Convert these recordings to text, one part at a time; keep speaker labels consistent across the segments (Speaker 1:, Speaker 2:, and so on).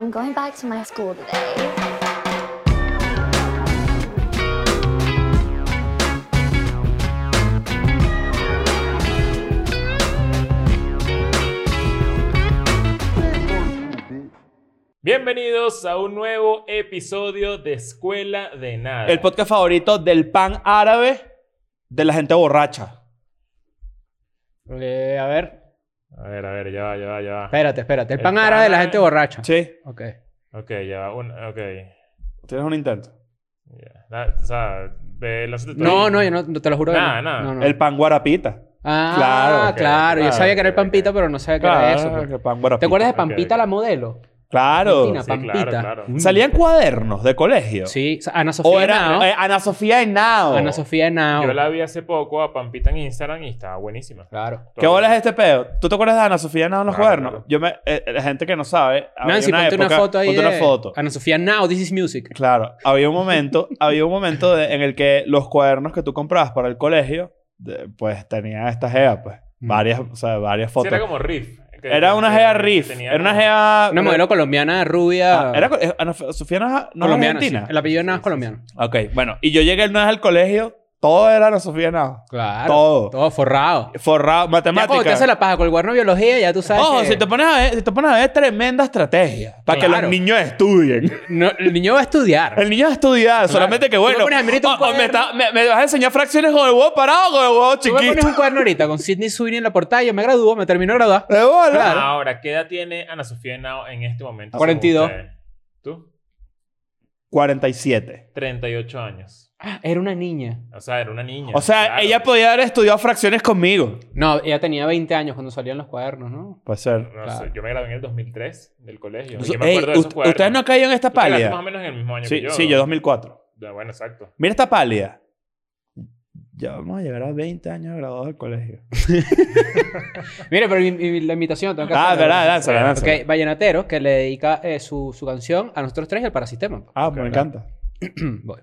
Speaker 1: I'm going back to my school today.
Speaker 2: Bienvenidos a un nuevo episodio de Escuela de Nada.
Speaker 3: El podcast favorito del pan árabe de la gente borracha.
Speaker 4: Eh, a ver,
Speaker 2: A ver, a ver, ya va, ya va, ya va.
Speaker 4: espérate, espérate. El
Speaker 2: El
Speaker 4: pan
Speaker 2: pan
Speaker 4: árabe de la
Speaker 2: árabe.
Speaker 4: gente borracha.
Speaker 3: Sí.
Speaker 4: Ok.
Speaker 2: Ok, ya va. Un, ok.
Speaker 3: Tienes un intento.
Speaker 2: ya. La- o sea, ve, lánzate tú
Speaker 4: No,
Speaker 2: ahí.
Speaker 4: no, yo no, no te lo juro. que
Speaker 2: Nada,
Speaker 4: no.
Speaker 2: nada.
Speaker 4: No, no.
Speaker 3: El pan guarapita.
Speaker 4: Ah,
Speaker 3: Claro,
Speaker 2: ok,
Speaker 4: claro, Yo
Speaker 2: claro,
Speaker 4: sabía que era el
Speaker 2: ok,
Speaker 4: pampita,
Speaker 2: ok.
Speaker 4: pero no sabía que era eso. pues.
Speaker 3: el pan guarapita.
Speaker 4: ¿Te acuerdas de
Speaker 2: ok,
Speaker 4: Pampita
Speaker 2: ok.
Speaker 4: la modelo?
Speaker 3: Claro. Mm.
Speaker 4: Argentina?
Speaker 2: Sí, claro,
Speaker 4: Pampita.
Speaker 2: claro.
Speaker 3: ¿Salían cuadernos de colegio?
Speaker 4: Sí. o sea, Ana
Speaker 3: O
Speaker 4: Sofía Henao.
Speaker 3: era eh, Ana Sofía Henao.
Speaker 4: Ana Sofía Henao.
Speaker 2: Yo la vi hace poco a Pampita en Instagram y estaba buenísima.
Speaker 4: Claro.
Speaker 3: ¿Qué bolas es este pedo? ¿Tú te acuerdas de Ana Sofía Henao en los
Speaker 2: Claro,
Speaker 3: cuadernos?
Speaker 2: claro.
Speaker 3: Yo me, eh, la gente que no sabe. Ah, había
Speaker 4: Nancy, ponte una
Speaker 3: época-
Speaker 4: foto ahí.
Speaker 3: Ponte
Speaker 4: de...
Speaker 3: una foto.
Speaker 4: Ana Sofía Henao, This is Music.
Speaker 3: Claro, había un momento, había un momento de- en el que los cuadernos que tú comprabas para el colegio, de- pues tenían esta gea, pues.
Speaker 4: Mm.
Speaker 3: Varias, o sea, varias
Speaker 2: Sí,
Speaker 3: fotos.
Speaker 2: era como Riff. que-
Speaker 3: Era una
Speaker 2: que-
Speaker 3: gea
Speaker 2: que
Speaker 3: riff.
Speaker 2: tenía
Speaker 3: Era una
Speaker 2: como-
Speaker 3: gea...
Speaker 4: Una modelo colombiana rubia.
Speaker 3: Ah, era co- eh, Ana F- Sofía no, no es
Speaker 4: colombiana. sí.
Speaker 3: argentina.
Speaker 4: El apellido Henao es
Speaker 2: Sí, sí, sí.
Speaker 4: colombiano.
Speaker 3: Ok, bueno. Y yo llegué una vez al colegio, todo era Ana Sofía Nao.
Speaker 4: Claro.
Speaker 3: Todo.
Speaker 4: Todo forrado.
Speaker 3: Forrado,
Speaker 4: Ya cuando te
Speaker 3: matemáticas.
Speaker 4: hace la paja con el guarno de biología, ya tú sabes
Speaker 3: Ojo,
Speaker 4: que-
Speaker 3: si te, pones a ver, si te pones a ver, es tremenda estrategia. Para que
Speaker 4: Claro.
Speaker 3: los niños estudien.
Speaker 4: No, el niño va a estudiar.
Speaker 3: El niño va a estudiar, solamente que
Speaker 4: Tú me
Speaker 3: bueno.
Speaker 4: pones a mí ahorita un
Speaker 3: o- o me,
Speaker 4: cuaderno.
Speaker 3: está- me- me vas a enseñar fracciones con el huevo parado o con el huevo
Speaker 4: Tú me pones
Speaker 3: chiquito.
Speaker 4: un cuaderno ahorita con Sidney Sweeney en la portada, yo me gradúo, me termino de graduar.
Speaker 3: De bola.
Speaker 4: Claro.
Speaker 2: Ahora, ¿qué edad tiene Ana Sofía Henao en este momento?
Speaker 4: 42.
Speaker 2: según ustedes? ¿Tú?
Speaker 3: 47.
Speaker 2: 38 años.
Speaker 4: Ah, Era una niña.
Speaker 2: O sea, era una niña.
Speaker 3: O sea,
Speaker 2: claro.
Speaker 3: ella podía haber estudiado fracciones conmigo.
Speaker 4: No, ella tenía 20 años cuando salían los cuadernos, ¿no?
Speaker 3: Puede ser.
Speaker 2: No
Speaker 4: Claro.
Speaker 2: sé, yo me gradué en el 2003 del colegio.
Speaker 3: Nos-
Speaker 2: Yo me
Speaker 3: Pues, Ey,
Speaker 2: acuerdo de esos
Speaker 3: ust- ¿Ustedes no
Speaker 2: cuadernos.
Speaker 3: han caído en esta
Speaker 2: Tú te graduaste más o
Speaker 3: pálida?
Speaker 2: menos en el mismo año
Speaker 3: Sí,
Speaker 2: que yo.
Speaker 3: sí, yo 2004.
Speaker 2: Ya, Bueno, exacto.
Speaker 3: Mira esta pálida. Ya vamos a llegar a 20 años graduados del colegio.
Speaker 4: Mira, pero mi- mi- la invitación tengo que
Speaker 3: Ah,
Speaker 4: hacerla.
Speaker 3: verdad, lánzala, lánzala.
Speaker 4: Ok, Vallenatero, que le dedica eh, su, su canción a nosotros tres y al Parasistema.
Speaker 3: Ah, pues me encanta.
Speaker 4: Voy.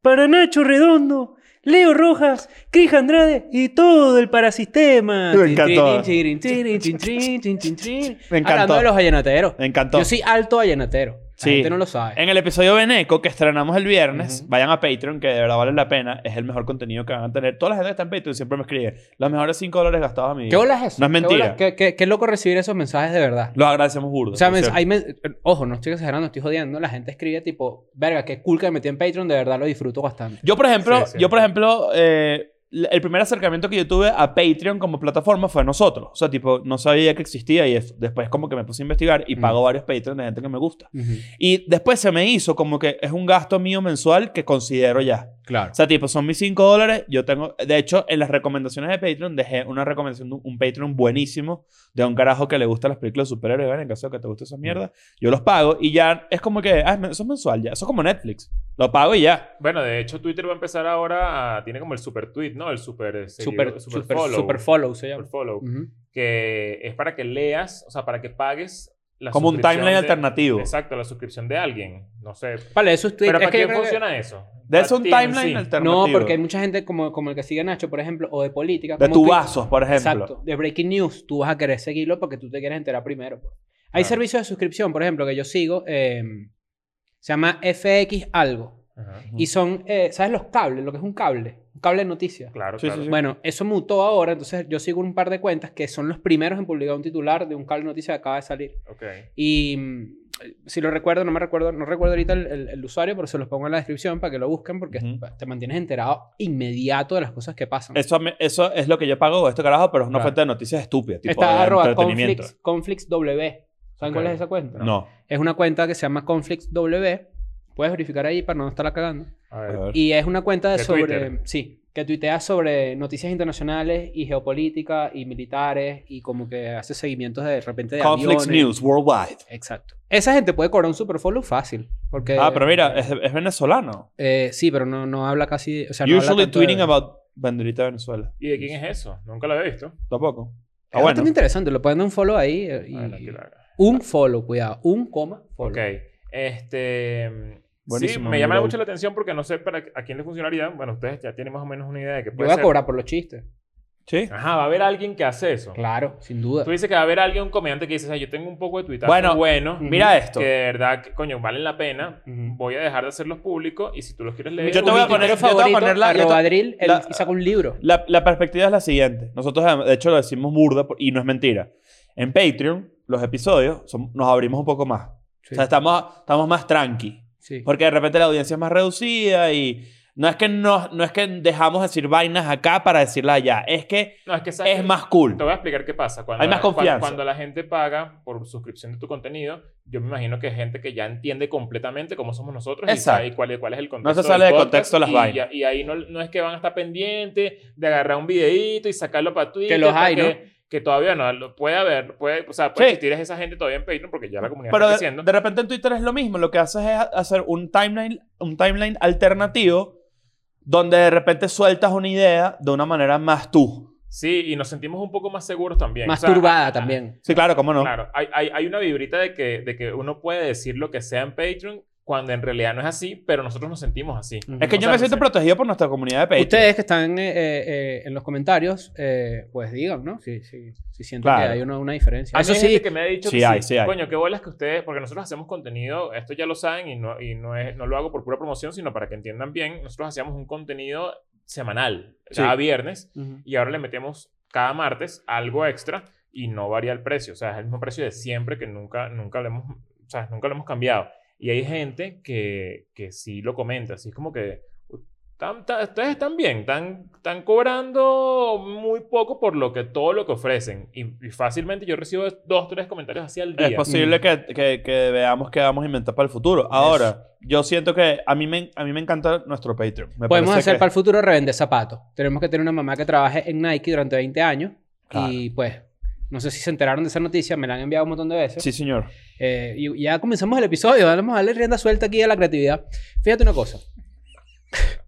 Speaker 5: Para Nacho Redondo, Leo Rojas, Cris Andrade y todo el parasistema.
Speaker 3: Me encantó.
Speaker 4: Chin, chin, chin, chin, chin, chin, chin.
Speaker 3: Me encantó.
Speaker 4: Hablando de los vallenateros.
Speaker 3: Me encantó.
Speaker 4: Yo soy alto vallenatero. La
Speaker 3: Sí.
Speaker 4: gente no lo sabe.
Speaker 3: En el episodio Beneco que estrenamos el viernes, vayan a Patreon, que de verdad vale la pena. Es el mejor contenido que van a tener. Toda la gente que está en Patreon siempre me escribe. Los mejores 5 dólares gastados a mi vida.
Speaker 4: ¿Qué bola es eso?
Speaker 3: No es
Speaker 4: ¿Qué
Speaker 3: mentira.
Speaker 4: bola- qué- qué- qué loco recibir esos mensajes de verdad.
Speaker 3: Los agradecemos burdos.
Speaker 4: O sea,
Speaker 3: por
Speaker 4: mens-
Speaker 3: cierto.
Speaker 4: hay men- ojo, no estoy exagerando, estoy jodiendo. La gente escribe tipo, verga, qué cool que me metí en Patreon, de verdad lo disfruto bastante.
Speaker 3: Yo, por ejemplo,
Speaker 2: Sí, sí.
Speaker 3: yo, por ejemplo eh, l- el primer acercamiento que yo tuve a Patreon como plataforma fue nosotros. O sea, tipo, no sabía que existía y es- después como que me puse a investigar y
Speaker 4: Mm.
Speaker 3: pago varios Patreon de gente que me gusta. Y después se me hizo como que es un gasto mío mensual que considero ya.
Speaker 4: Claro.
Speaker 3: O sea, tipo, son mis 5 dólares. Yo tengo, de hecho, en las recomendaciones de Patreon dejé una recomendación de un- un Patreon buenísimo de un carajo que le gustan las películas de superhéroes. ¿verdad? En caso de que te guste esa mierda,
Speaker 2: Mm.
Speaker 3: yo los pago y ya es como que, ah, eso es mensual ya. Eso es como Netflix. Lo pago y ya.
Speaker 2: Bueno, de hecho, Twitter va a empezar ahora. a- tiene como el super tweet, ¿no? El super. eh,
Speaker 4: Super,
Speaker 2: seguido-
Speaker 4: super, super follow. se llama.
Speaker 2: super follow.
Speaker 3: Mm.
Speaker 4: Ujú.
Speaker 2: Que es para que leas, o sea, para que pagues. La
Speaker 3: Como un
Speaker 2: suscripción
Speaker 3: timeline
Speaker 2: de-
Speaker 3: alternativo.
Speaker 2: Exacto, la suscripción de alguien. No sé.
Speaker 4: Vale, eso es Twitter.
Speaker 2: Pero
Speaker 4: Es
Speaker 2: ¿para
Speaker 4: que yo
Speaker 2: quién
Speaker 4: creo que-
Speaker 2: funciona eso?
Speaker 3: De
Speaker 2: Para
Speaker 3: eso un
Speaker 2: ti en
Speaker 3: timeline
Speaker 2: sí.
Speaker 3: alternativo.
Speaker 4: No, porque hay mucha gente como, como el que sigue Nacho, por ejemplo, o de política.
Speaker 3: De
Speaker 4: como
Speaker 3: tu
Speaker 4: Twitter.
Speaker 3: vasos, por ejemplo.
Speaker 4: Exacto. De Breaking News, tú vas a querer seguirlo porque tú te quieres enterar primero. pues. Hay
Speaker 2: Claro.
Speaker 4: servicios de suscripción, por ejemplo, que yo sigo, eh, se llama FX Algo.
Speaker 2: Ajá.
Speaker 4: Y son, eh, ¿sabes los cables? Lo que es un cable. Un cable de noticias.
Speaker 2: Claro,
Speaker 3: Sí,
Speaker 2: claro.
Speaker 3: sí, sí.
Speaker 4: Bueno, eso mutó ahora, entonces yo sigo un par de cuentas que son los primeros en publicar un titular de un cable de noticias que acaba de salir.
Speaker 2: Ok.
Speaker 4: Y mm, si lo recuerdo, no me recuerdo, no recuerdo ahorita el, el- el usuario, pero se los pongo en la descripción para que lo busquen porque pues,
Speaker 3: Ujú.
Speaker 4: te mantienes enterado inmediato de las cosas que pasan.
Speaker 3: Eso, me- eso es lo que yo pago, esto carajo, pero es una
Speaker 4: Claro.
Speaker 3: fuente de noticias estúpida. Tipo
Speaker 4: Está
Speaker 3: de
Speaker 4: arroba
Speaker 3: entretenimiento.
Speaker 4: conflicts, conflicts W. ¿Saben
Speaker 2: Ok.
Speaker 4: cuál es esa cuenta?
Speaker 3: No.
Speaker 4: Es una cuenta que se llama Conflicts W. Puedes verificar ahí para no estarla cagando.
Speaker 2: A
Speaker 3: A
Speaker 2: ver.
Speaker 3: ver.
Speaker 4: Y es una cuenta de
Speaker 2: De
Speaker 4: sobre.
Speaker 2: Twitter.
Speaker 4: Sí, que tuitea sobre noticias internacionales y geopolítica y militares y como que hace seguimientos de, de repente de
Speaker 3: Conflicts
Speaker 4: aviones.
Speaker 3: News Worldwide.
Speaker 4: Exacto. Esa gente puede cobrar un superfollow fácil. Porque,
Speaker 3: Ah, pero mira, es, es venezolano.
Speaker 4: eh, sí, pero no, no habla casi. O sea, no habla
Speaker 3: Usually
Speaker 4: tanto de-
Speaker 3: tweeting about banderita de Venezuela.
Speaker 2: ¿Y de quién es eso? Nunca lo había visto.
Speaker 3: Tampoco.
Speaker 4: Es
Speaker 3: Ah, bueno.
Speaker 4: bastante interesante. Le pueden dar un follow ahí. eh, y-
Speaker 2: Ah, la que la haga.
Speaker 4: Un follow, cuidado. Un coma follow.
Speaker 2: Ok. Este. mm, sí,
Speaker 3: Buenísimo,
Speaker 2: me llama
Speaker 3: mira.
Speaker 2: mucho la atención porque no sé para a quién le funcionaría. Bueno, ustedes ya tienen más o menos una idea de que
Speaker 4: Yo
Speaker 2: puede
Speaker 4: voy a
Speaker 2: ser.
Speaker 4: cobrar por los chistes.
Speaker 3: Sí.
Speaker 2: Ajá, va a haber alguien que hace eso.
Speaker 4: Claro, sin duda.
Speaker 2: Tú dices que va a haber alguien, un comediante que dice, o sea, yo tengo un poco de tuitazo
Speaker 3: Bueno,
Speaker 2: bueno, bueno
Speaker 3: mira esto.
Speaker 2: que de verdad, que, coño, valen la pena.
Speaker 4: Ujú.
Speaker 2: voy a dejar de hacerlos públicos y si tú los quieres leer...
Speaker 3: Yo te voy a
Speaker 4: Mi
Speaker 3: poner-
Speaker 4: tuitero
Speaker 3: yo te voy a
Speaker 4: favorito,
Speaker 3: poner la- yo te-
Speaker 4: arroba drill, él-
Speaker 3: la-
Speaker 4: y saca un libro.
Speaker 3: La, la perspectiva es la siguiente. Nosotros, además, de hecho, lo decimos burda por- y no es mentira. En Patreon, los episodios son- nos abrimos un poco más. O
Speaker 4: Sí.
Speaker 3: sea, estamos, estamos más tranqui.
Speaker 4: Sí.
Speaker 3: Porque de repente la audiencia es más reducida y no es que, no, no es que dejamos de decir vainas acá para decirlas allá. Es que
Speaker 2: No, es que ¿sabes
Speaker 3: es
Speaker 2: qué?
Speaker 3: más cool.
Speaker 2: Te voy a explicar qué pasa. Cuando,
Speaker 3: Hay más
Speaker 2: cuando-
Speaker 3: confianza.
Speaker 2: Cuando, la gente paga por suscripción de tu contenido, yo me imagino que es gente que ya entiende completamente cómo somos nosotros y
Speaker 3: Exacto.
Speaker 2: sabe cuál, cuál es el contexto.
Speaker 3: se sale
Speaker 2: del
Speaker 3: de
Speaker 2: podcast
Speaker 3: contexto las
Speaker 2: y
Speaker 3: vainas.
Speaker 2: ya- Y ahí no, no es que van a estar pendientes de agarrar un videíto y sacarlo para Twitter.
Speaker 4: los
Speaker 2: para
Speaker 4: hay,
Speaker 2: que,
Speaker 4: ¿no?
Speaker 2: Que todavía no, lo- puede haber, puede, o sea, puede
Speaker 3: Sí.
Speaker 2: existir esa gente todavía en Patreon porque ya la comunidad
Speaker 3: Pero
Speaker 2: está
Speaker 3: de,
Speaker 2: creciendo.
Speaker 3: de repente en Twitter es lo mismo. Lo que haces es ha- hacer un timeline, un timeline alternativo donde de repente sueltas una idea de una manera más tú.
Speaker 2: sí, y nos sentimos un poco más seguros también.
Speaker 4: Más
Speaker 2: O sea,
Speaker 4: turbada
Speaker 3: Ah.
Speaker 2: a- a-
Speaker 4: también.
Speaker 3: Sí, claro, cómo no.
Speaker 2: Claro, hay, hay, hay una vibrita de que, de que uno puede decir lo que sea en Patreon cuando en realidad no es así, pero nosotros nos sentimos así.
Speaker 3: Es que
Speaker 2: O
Speaker 3: yo
Speaker 2: sea,
Speaker 3: me siento
Speaker 2: se-
Speaker 3: protegido por nuestra comunidad de Patreon.
Speaker 4: Ustedes que están eh, eh, eh, en los comentarios, eh, pues digan, ¿no? Si, si, si sienten
Speaker 3: Claro.
Speaker 4: que hay una, una diferencia.
Speaker 2: A mí
Speaker 4: Eso
Speaker 2: hay
Speaker 4: sí,
Speaker 2: gente que me ha dicho
Speaker 3: Sí
Speaker 2: que sí.
Speaker 3: hay, sí hay.
Speaker 2: Coño, qué bolas que ustedes, porque nosotros hacemos contenido, esto ya lo saben y no, y no, es, no lo hago por pura promoción, sino para que entiendan bien, nosotros hacíamos un contenido semanal, cada
Speaker 3: Sí.
Speaker 2: viernes,
Speaker 4: Ujú.
Speaker 2: y ahora le metemos cada martes algo extra y no varía el precio, o sea, es el mismo precio de siempre que nunca, nunca lo hemos, o sea, nunca lo hemos cambiado. Y hay gente que, que sí lo comenta, así es como que... "Tan- tan- ustedes están bien, están, están cobrando muy poco por lo que todo lo que ofrecen. Y, y fácilmente yo recibo dos, tres comentarios así al día.
Speaker 3: Es posible que, que- que veamos qué vamos a inventar para el futuro. Ahora, yo siento que a mí me, a mí me encanta nuestro Patreon. Me
Speaker 4: podemos
Speaker 3: parece
Speaker 4: hacer
Speaker 3: que-
Speaker 4: para el futuro revender zapatos. Tenemos que tener una mamá que trabaje en Nike durante 20 años.
Speaker 3: Claro.
Speaker 4: Y pues, no sé si se enteraron de esa noticia, me la han enviado un montón de veces.
Speaker 3: Sí, señor.
Speaker 4: Eh, y ya comenzamos el episodio, vamos a darle rienda suelta aquí a la creatividad. Fíjate una cosa,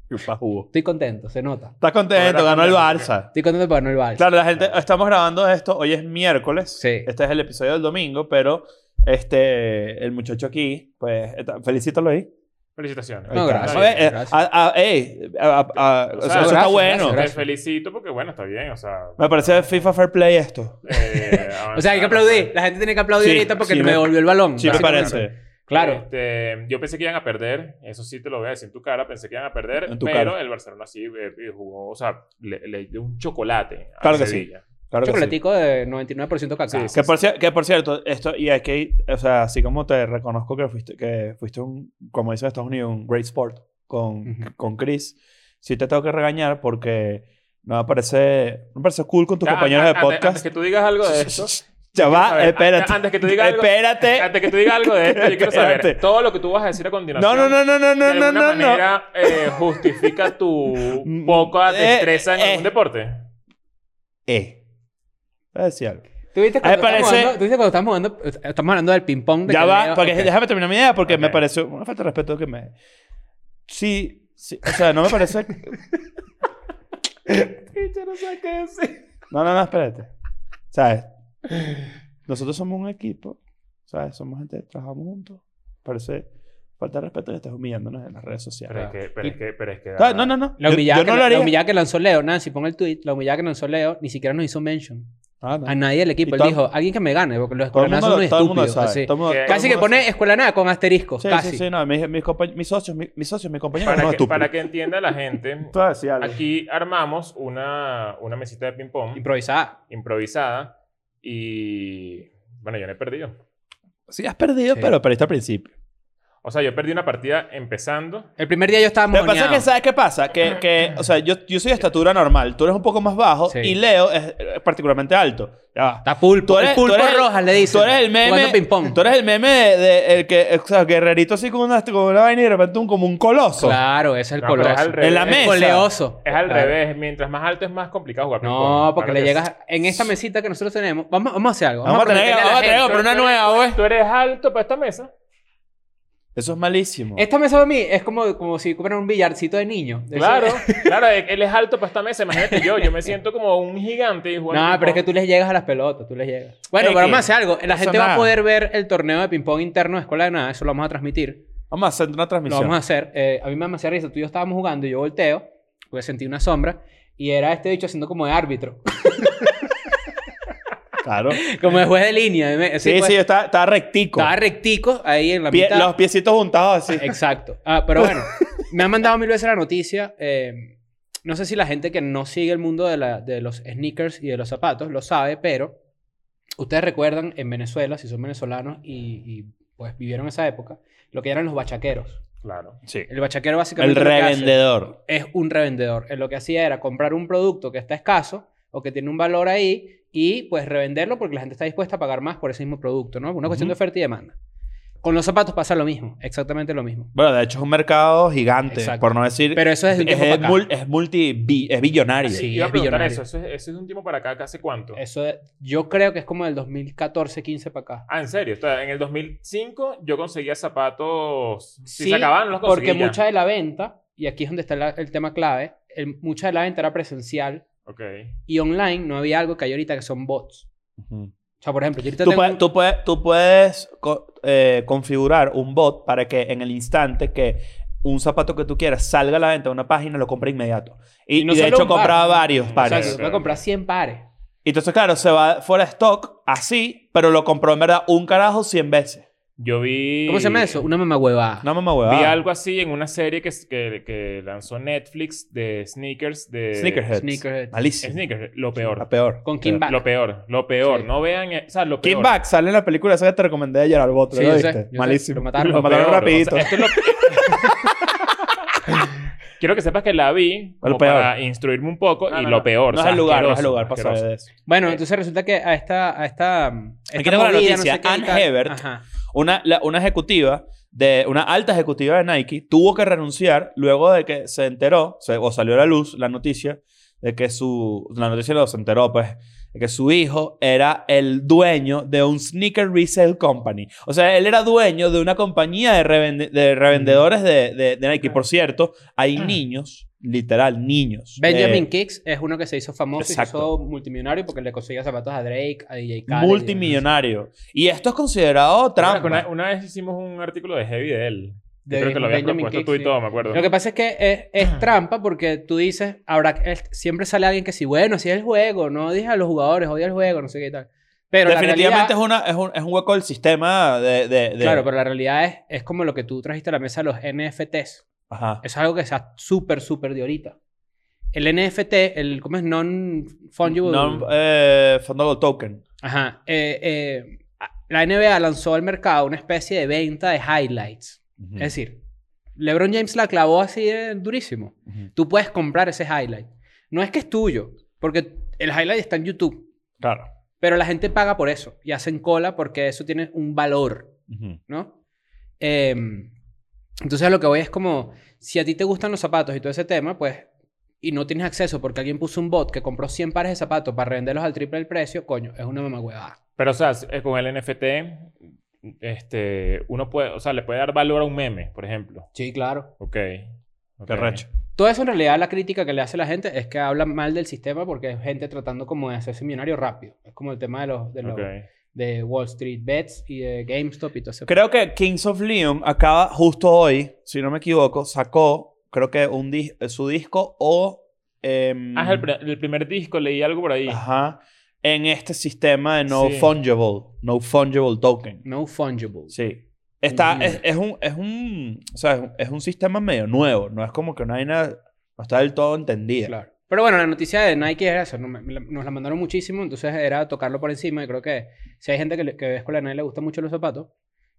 Speaker 3: Yupa, jugo.
Speaker 4: estoy contento, se nota.
Speaker 3: Estás contento, ganó el Barça.
Speaker 4: Estoy contento por no el vals.
Speaker 3: Claro, la gente, estamos grabando esto, hoy es miércoles.
Speaker 4: Sí.
Speaker 3: Este es el episodio del domingo, pero este, el muchacho aquí, pues, está- felicítalo ahí.
Speaker 2: Felicitaciones.
Speaker 4: No,
Speaker 3: Ahí está.
Speaker 4: gracias,
Speaker 3: A ver, eh,
Speaker 4: gracias.
Speaker 3: a- a- ey, a- a- a- o sea,
Speaker 2: sea,
Speaker 3: eso está
Speaker 4: gracias,
Speaker 3: bueno.
Speaker 4: gracias.
Speaker 2: Te felicito porque, bueno, está bien, o sea...
Speaker 3: Me parece FIFA Fair Play esto.
Speaker 2: eh,
Speaker 4: O sea, hay
Speaker 2: avanzar,
Speaker 4: que aplaudir. La gente tiene que aplaudir
Speaker 3: Sí,
Speaker 4: ahorita porque
Speaker 3: sí,
Speaker 4: me
Speaker 3: me-
Speaker 4: devolvió el balón.
Speaker 3: Sí, me
Speaker 4: básicamente.
Speaker 3: parece.
Speaker 4: Claro.
Speaker 2: Este, yo pensé que iban a perder, eso sí te lo voy a decir en tu cara, pensé que iban a perder,
Speaker 3: En tu
Speaker 2: pero
Speaker 3: cara.
Speaker 2: el Barcelona sí eh, jugó, o sea, le, le dio un chocolate. a
Speaker 3: Claro que
Speaker 2: Sevilla.
Speaker 3: Claro que sí.
Speaker 4: Chocolatico de 99% cacao.
Speaker 2: Sí, sí.
Speaker 3: Ah, Que por, cier- que por cierto, esto, y hay que, o sea, así como te reconozco que fuiste, que fuiste un, como dicen en Estados Unidos, un great sport con,
Speaker 4: Ujú.
Speaker 3: con Chris, sí te tengo que regañar porque no me parece, no me parece cool con tus
Speaker 2: Ya, an-
Speaker 3: compañeros de
Speaker 2: an- antes- Antes
Speaker 3: podcast.
Speaker 2: que tú digas algo de esto,
Speaker 3: Ya
Speaker 2: quiero
Speaker 3: va,
Speaker 2: saber,
Speaker 3: espérate.
Speaker 2: an- antes que tú digas algo-
Speaker 3: Espérate.
Speaker 2: eh, antes que tú digas algo de esto, yo quiero
Speaker 3: Espérate.
Speaker 2: saber todo lo que tú vas a decir a continuación.
Speaker 3: No, no, no, no, no, no,
Speaker 2: de
Speaker 3: no,
Speaker 2: alguna
Speaker 3: no, no.
Speaker 2: manera eh, justifica tu poca
Speaker 3: Eh,
Speaker 2: destreza en
Speaker 3: eh.
Speaker 2: algún deporte.
Speaker 3: Eh. Voy a decir algo.
Speaker 4: ¿Tú viste
Speaker 3: A mí
Speaker 4: cuando, estamos
Speaker 3: parece-
Speaker 4: jugando- tú viste cuando estamos jugando, estamos hablando del ping-pong? de
Speaker 3: Ya
Speaker 4: que
Speaker 3: va,
Speaker 4: Leo-
Speaker 3: porque
Speaker 4: Ok.
Speaker 3: déjame terminar mi idea porque me
Speaker 2: Ok.
Speaker 3: pareció una falta de respeto que me. Sí, sí, o sea, no me parece. no, no, no, espérate. ¿Sabes? Nosotros somos un equipo, ¿sabes? Somos gente, trabajamos juntos. Parece falta de respeto que estés humillándonos en las redes
Speaker 2: Pero es
Speaker 3: sociales.
Speaker 2: que, pero es que, pero es que- ah,
Speaker 3: No, no, no. no.
Speaker 4: La
Speaker 3: Yo-
Speaker 4: humillada,
Speaker 3: yo no
Speaker 4: que,
Speaker 3: lo
Speaker 4: la
Speaker 3: haría.
Speaker 4: humillada que lanzó Leo, Nancy, pon el tweet. La humillada que lanzó Leo ni siquiera nos hizo mention.
Speaker 3: Ah, no.
Speaker 4: A nadie del
Speaker 3: Y
Speaker 4: equipo. Él
Speaker 3: todo-
Speaker 4: dijo, alguien que me gane, porque los
Speaker 3: Todo el mundo
Speaker 4: escuelanazos son
Speaker 3: lo-
Speaker 4: unos
Speaker 3: todo el mundo lo
Speaker 4: estúpidos.
Speaker 3: sabe.
Speaker 4: así.
Speaker 3: Todo el mundo-
Speaker 2: Que-
Speaker 3: todo el
Speaker 4: Casi que
Speaker 3: mundo
Speaker 4: pone escuela nada con asterisco.
Speaker 3: Sí,
Speaker 4: casi.
Speaker 3: sí, sí, no, mis, mis, compa- mis socios, mi- mis, socios, mis compañeros
Speaker 2: para,
Speaker 3: no
Speaker 2: que,
Speaker 3: estúpidos.
Speaker 2: para que entienda la gente,
Speaker 3: Te voy a decir algo.
Speaker 2: aquí armamos una, una mesita de ping-pong
Speaker 4: Improvisada.
Speaker 2: improvisada y. Bueno, yo no he perdido.
Speaker 3: Sí, has perdido,
Speaker 4: Sí.
Speaker 3: pero perdiste al principio.
Speaker 2: O sea, yo perdí una partida empezando.
Speaker 4: El primer día yo estaba
Speaker 3: Lo que pasa es que,
Speaker 4: mojoneado.
Speaker 3: ¿sabes qué pasa? Que, que, o sea, yo, yo soy de estatura normal, tú eres un poco más bajo
Speaker 4: Sí.
Speaker 3: y Leo es, es particularmente alto. Ya va.
Speaker 4: Está pulpo.
Speaker 3: Tú eres-
Speaker 4: el
Speaker 3: tú
Speaker 4: pulpo
Speaker 3: eres el-
Speaker 4: rojas le dice.
Speaker 3: Tú eres el meme.
Speaker 4: Jugando ping-pong.
Speaker 3: Tú eres el meme de, de- el que, o sea, guerrerito así con una, con una vaina y de repente un, como un coloso.
Speaker 4: Claro, ese es el
Speaker 2: No, pero es
Speaker 4: coloso.
Speaker 2: al revés.
Speaker 3: En la mesa.
Speaker 4: Coleoso.
Speaker 2: Es al
Speaker 4: Claro.
Speaker 2: revés. Mientras más alto es más complicado jugar.
Speaker 4: No,
Speaker 2: ping-pong.
Speaker 4: porque
Speaker 2: Claro
Speaker 4: le
Speaker 2: que
Speaker 4: llegas
Speaker 2: sí.
Speaker 4: en esta mesita que nosotros tenemos. Vamos, vamos a hacer algo.
Speaker 3: Vamos a tener que
Speaker 4: prometerle
Speaker 3: vamos a
Speaker 4: la
Speaker 3: tener que
Speaker 4: gente.
Speaker 3: comprar una nueva, güey.
Speaker 4: pues.
Speaker 2: Tú eres alto para esta mesa.
Speaker 3: Eso es malísimo.
Speaker 4: Esta mesa para mí es como, como si compran un billarcito de niño. De
Speaker 2: Claro,
Speaker 4: ese-
Speaker 2: claro, él él es alto para esta mesa. Imagínate yo, yo me siento como un gigante y jugando.
Speaker 4: No, pero es que
Speaker 2: ping-pong.
Speaker 4: tú les llegas a las pelotas, tú les llegas. Bueno,
Speaker 3: Ey,
Speaker 4: pero vamos
Speaker 3: que-
Speaker 4: a hacer algo. La
Speaker 3: eso
Speaker 4: gente va
Speaker 3: nada.
Speaker 4: a poder ver el torneo de ping-pong interno de Escuela de Nada. Eso lo vamos a transmitir.
Speaker 3: Vamos a hacer una
Speaker 4: Lo
Speaker 3: transmisión.
Speaker 4: vamos a hacer. Eh, a mí me da demasiada risa. Tú y yo estábamos jugando y yo volteo, porque sentí una sombra. Y era este bicho haciendo como de árbitro.
Speaker 3: Claro.
Speaker 4: Como de juez de línea. me- ese
Speaker 3: Sí,
Speaker 4: juez
Speaker 3: sí, está, está rectico.
Speaker 4: Estaba rectico ahí en la
Speaker 3: Pie-
Speaker 4: pues. mitad.
Speaker 3: los piecitos juntados así.
Speaker 4: Exacto. Ah, pero bueno, me han mandado mil veces la noticia. eh, no sé si la gente que no sigue el mundo de, la- de los sneakers y de los zapatos lo sabe, pero ustedes recuerdan en Venezuela, si son venezolanos y, y, pues vivieron esa época, lo que eran los bachaqueros.
Speaker 2: Claro.
Speaker 3: Sí.
Speaker 4: eh, El bachaquero
Speaker 3: El
Speaker 4: básicamente... lo que hace
Speaker 3: revendedor.
Speaker 4: Es un revendedor. Él lo que hacía era comprar un producto que está escaso o que tiene un valor ahí y pues revenderlo porque la gente está dispuesta a pagar más por ese mismo producto, ¿no? Una cuestión de
Speaker 3: Ujú.
Speaker 4: oferta y demanda. Con los zapatos pasa lo mismo, exactamente lo mismo.
Speaker 3: Bueno, de hecho es un mercado gigante,
Speaker 4: Exacto.
Speaker 3: por no decir.
Speaker 4: Pero eso es de un
Speaker 3: es,
Speaker 4: tiempo
Speaker 3: es
Speaker 4: para
Speaker 3: mul-
Speaker 4: acá.
Speaker 3: es multi bi- es billonario.
Speaker 4: Sí,
Speaker 2: Iba
Speaker 4: es
Speaker 2: a preguntar eso.
Speaker 4: billonario.
Speaker 2: Eso es, eso es de un tiempo para acá, ¿hace cuánto?
Speaker 4: Eso es- yo creo que es como del 2014, 15 para acá.
Speaker 2: Ah, en serio. O sea, en el 2005 yo conseguía zapatos. Si
Speaker 4: Sí,
Speaker 2: se acababan, los conseguía.
Speaker 4: Porque mucha de la venta, y aquí es donde está la- el tema clave, el- mucha de la venta era presencial
Speaker 2: Ok.
Speaker 4: y online no había algo que hay ahorita que son bots.
Speaker 3: Ujú.
Speaker 4: O sea, por ejemplo, yo ahorita
Speaker 3: Tú,
Speaker 4: tengo
Speaker 3: puedes,
Speaker 4: un-
Speaker 3: tú puedes- tú puedes co- eh, configurar un bot para que en el instante que un zapato que tú quieras salga a la venta de una página, lo compra inmediato. Y,
Speaker 4: Y no
Speaker 3: y de
Speaker 4: solo
Speaker 3: hecho
Speaker 4: un par.
Speaker 3: compraba varios
Speaker 2: O sea,
Speaker 4: o sea,
Speaker 3: pares.
Speaker 4: que se
Speaker 2: Ok,
Speaker 4: puede
Speaker 2: ok.
Speaker 4: comprar 100 pares.
Speaker 3: Y entonces, claro, se va fuera de stock así, pero lo compró en verdad un carajo 100 veces.
Speaker 2: Yo vi.
Speaker 4: ¿Cómo se llama eso? Una mamá huevada.
Speaker 3: No me
Speaker 2: Vi
Speaker 3: huevada.
Speaker 2: algo así en una serie que, que, que lanzó Netflix de sneakers de...
Speaker 3: Sneakerheads.
Speaker 4: Sneakerheads.
Speaker 3: Malísimo.
Speaker 2: Sneakers. Lo
Speaker 3: La
Speaker 2: peor.
Speaker 3: peor.
Speaker 4: Con
Speaker 3: Peor.
Speaker 4: Kim Back.
Speaker 2: Lo peor. Lo peor.
Speaker 4: Sí.
Speaker 2: No vean... eh, O sea, lo peor.
Speaker 3: Kim Back sale en la película esa que te recomendé ayer al bot. ¿Lo
Speaker 4: Sí, yo sé,
Speaker 3: viste?
Speaker 4: yo sé.
Speaker 3: Malísimo.
Speaker 4: Lo mataron.
Speaker 3: Lo mataron
Speaker 2: peor.
Speaker 3: rapidito.
Speaker 2: O sea, esto es lo- Quiero que sepas que la vi como
Speaker 3: Lo peor.
Speaker 2: para instruirme un poco
Speaker 3: No,
Speaker 2: y
Speaker 3: no,
Speaker 2: lo
Speaker 3: no.
Speaker 2: peor. o
Speaker 3: No es
Speaker 2: sea,
Speaker 3: el lugar, no es el
Speaker 2: asqueroso,
Speaker 3: lugar para
Speaker 2: asqueroso.
Speaker 3: saber de eso.
Speaker 4: Bueno, entonces resulta que a esta... A esta, esta
Speaker 3: tengo la
Speaker 4: movida,
Speaker 3: noticia.
Speaker 4: qué,
Speaker 3: Ann
Speaker 4: y tal.
Speaker 3: Heber.
Speaker 4: Ajá.
Speaker 3: Una, la- una ejecutiva, de, una alta ejecutiva de Nike, tuvo que renunciar luego de que se enteró, se- o salió a la luz la noticia, de que su. La noticia lo se enteró, pues, de que su hijo era el dueño de un sneaker resale company. O sea, él era dueño de una compañía de, revende- de revendedores de, de- de Nike. Por cierto, hay niños, literal, niños.
Speaker 4: Benjamin
Speaker 3: eh,
Speaker 4: Kicks es uno que se hizo famoso
Speaker 3: exacto.
Speaker 4: y se hizo multimillonario porque le conseguía zapatos a Drake, a DJ Khaled.
Speaker 3: multimillonario. Y esto es considerado
Speaker 2: Una,
Speaker 3: trampa.
Speaker 2: una- una vez hicimos un artículo de Heavy de él.
Speaker 4: y
Speaker 2: Yo
Speaker 4: demás.
Speaker 2: creo que lo habías
Speaker 4: Benjamin
Speaker 2: propuesto
Speaker 4: Kicks,
Speaker 2: tú y
Speaker 4: sí.
Speaker 2: todo, Ah. me acuerdo.
Speaker 4: Lo que pasa es que es, es trampa porque tú dices, habrá, es- siempre sale alguien que sí, bueno, si es el juego, no dije a los jugadores, odia el juego, no sé qué y tal. Pero
Speaker 3: Definitivamente
Speaker 4: la realidad,
Speaker 3: es, una, es, un, es un hueco del sistema de... de- de-
Speaker 4: Claro, pero la realidad es, es como lo que tú trajiste a la mesa, los NFTs.
Speaker 3: Ajá.
Speaker 4: Es algo que está súper, súper de ahorita. El NFT, el, ¿cómo es? Non-fungible.
Speaker 3: Non, eh, fundable token.
Speaker 4: Ajá. Eh, eh, la NBA lanzó al mercado una especie de venta de highlights.
Speaker 3: Ujú.
Speaker 4: Es decir, LeBron James la clavó así de durísimo.
Speaker 3: Ujú.
Speaker 4: Tú puedes comprar ese highlight. No es que es tuyo, porque el highlight está en YouTube,
Speaker 3: Claro.
Speaker 4: pero la gente paga por eso y hacen cola porque eso tiene un valor,
Speaker 3: Ujú.
Speaker 4: ¿no? Em, entonces a lo que voy es como, si a ti te gustan los zapatos y todo ese tema, pues, y no tienes acceso porque alguien puso un bot que compró 100 pares de zapatos para revenderlos al triple del precio, coño, es una mamagüevada.
Speaker 2: Pero, o sea, si- eh, con el NFT, este, uno puede, o sea, le puede dar valor a un meme, por ejemplo.
Speaker 4: Sí, claro.
Speaker 2: Ok. ok.
Speaker 3: Qué recho.
Speaker 4: Todo eso en realidad la crítica que le hace la gente es que habla mal del sistema porque es gente tratando como de hacerse millonario rápido. Es como el tema de los de, los-
Speaker 2: Ok.
Speaker 4: de Wall Street Bets y de GameStop y todo eso.
Speaker 3: Creo que Kings of Leon acaba justo hoy, si no me equivoco, sacó, creo que un dis- eh, su disco o... em,
Speaker 2: Ah, es el, pri- el primer disco, leí algo por ahí.
Speaker 3: Ajá. En este sistema de no
Speaker 2: Sí.
Speaker 3: fungible, no fungible token.
Speaker 4: No fungible.
Speaker 3: Sí. Está,
Speaker 4: Ujú.
Speaker 3: es, es un, es un, o sea, es un- es un sistema medio nuevo. No es como que no hay nada, no está del todo entendida.
Speaker 4: Claro. Pero bueno, la noticia de Nike era eso. no me- me la- Nos la mandaron muchísimo, entonces era tocarlo por encima. Y creo que si hay gente que, le- que ve escuela de Nike le gusta mucho los zapatos,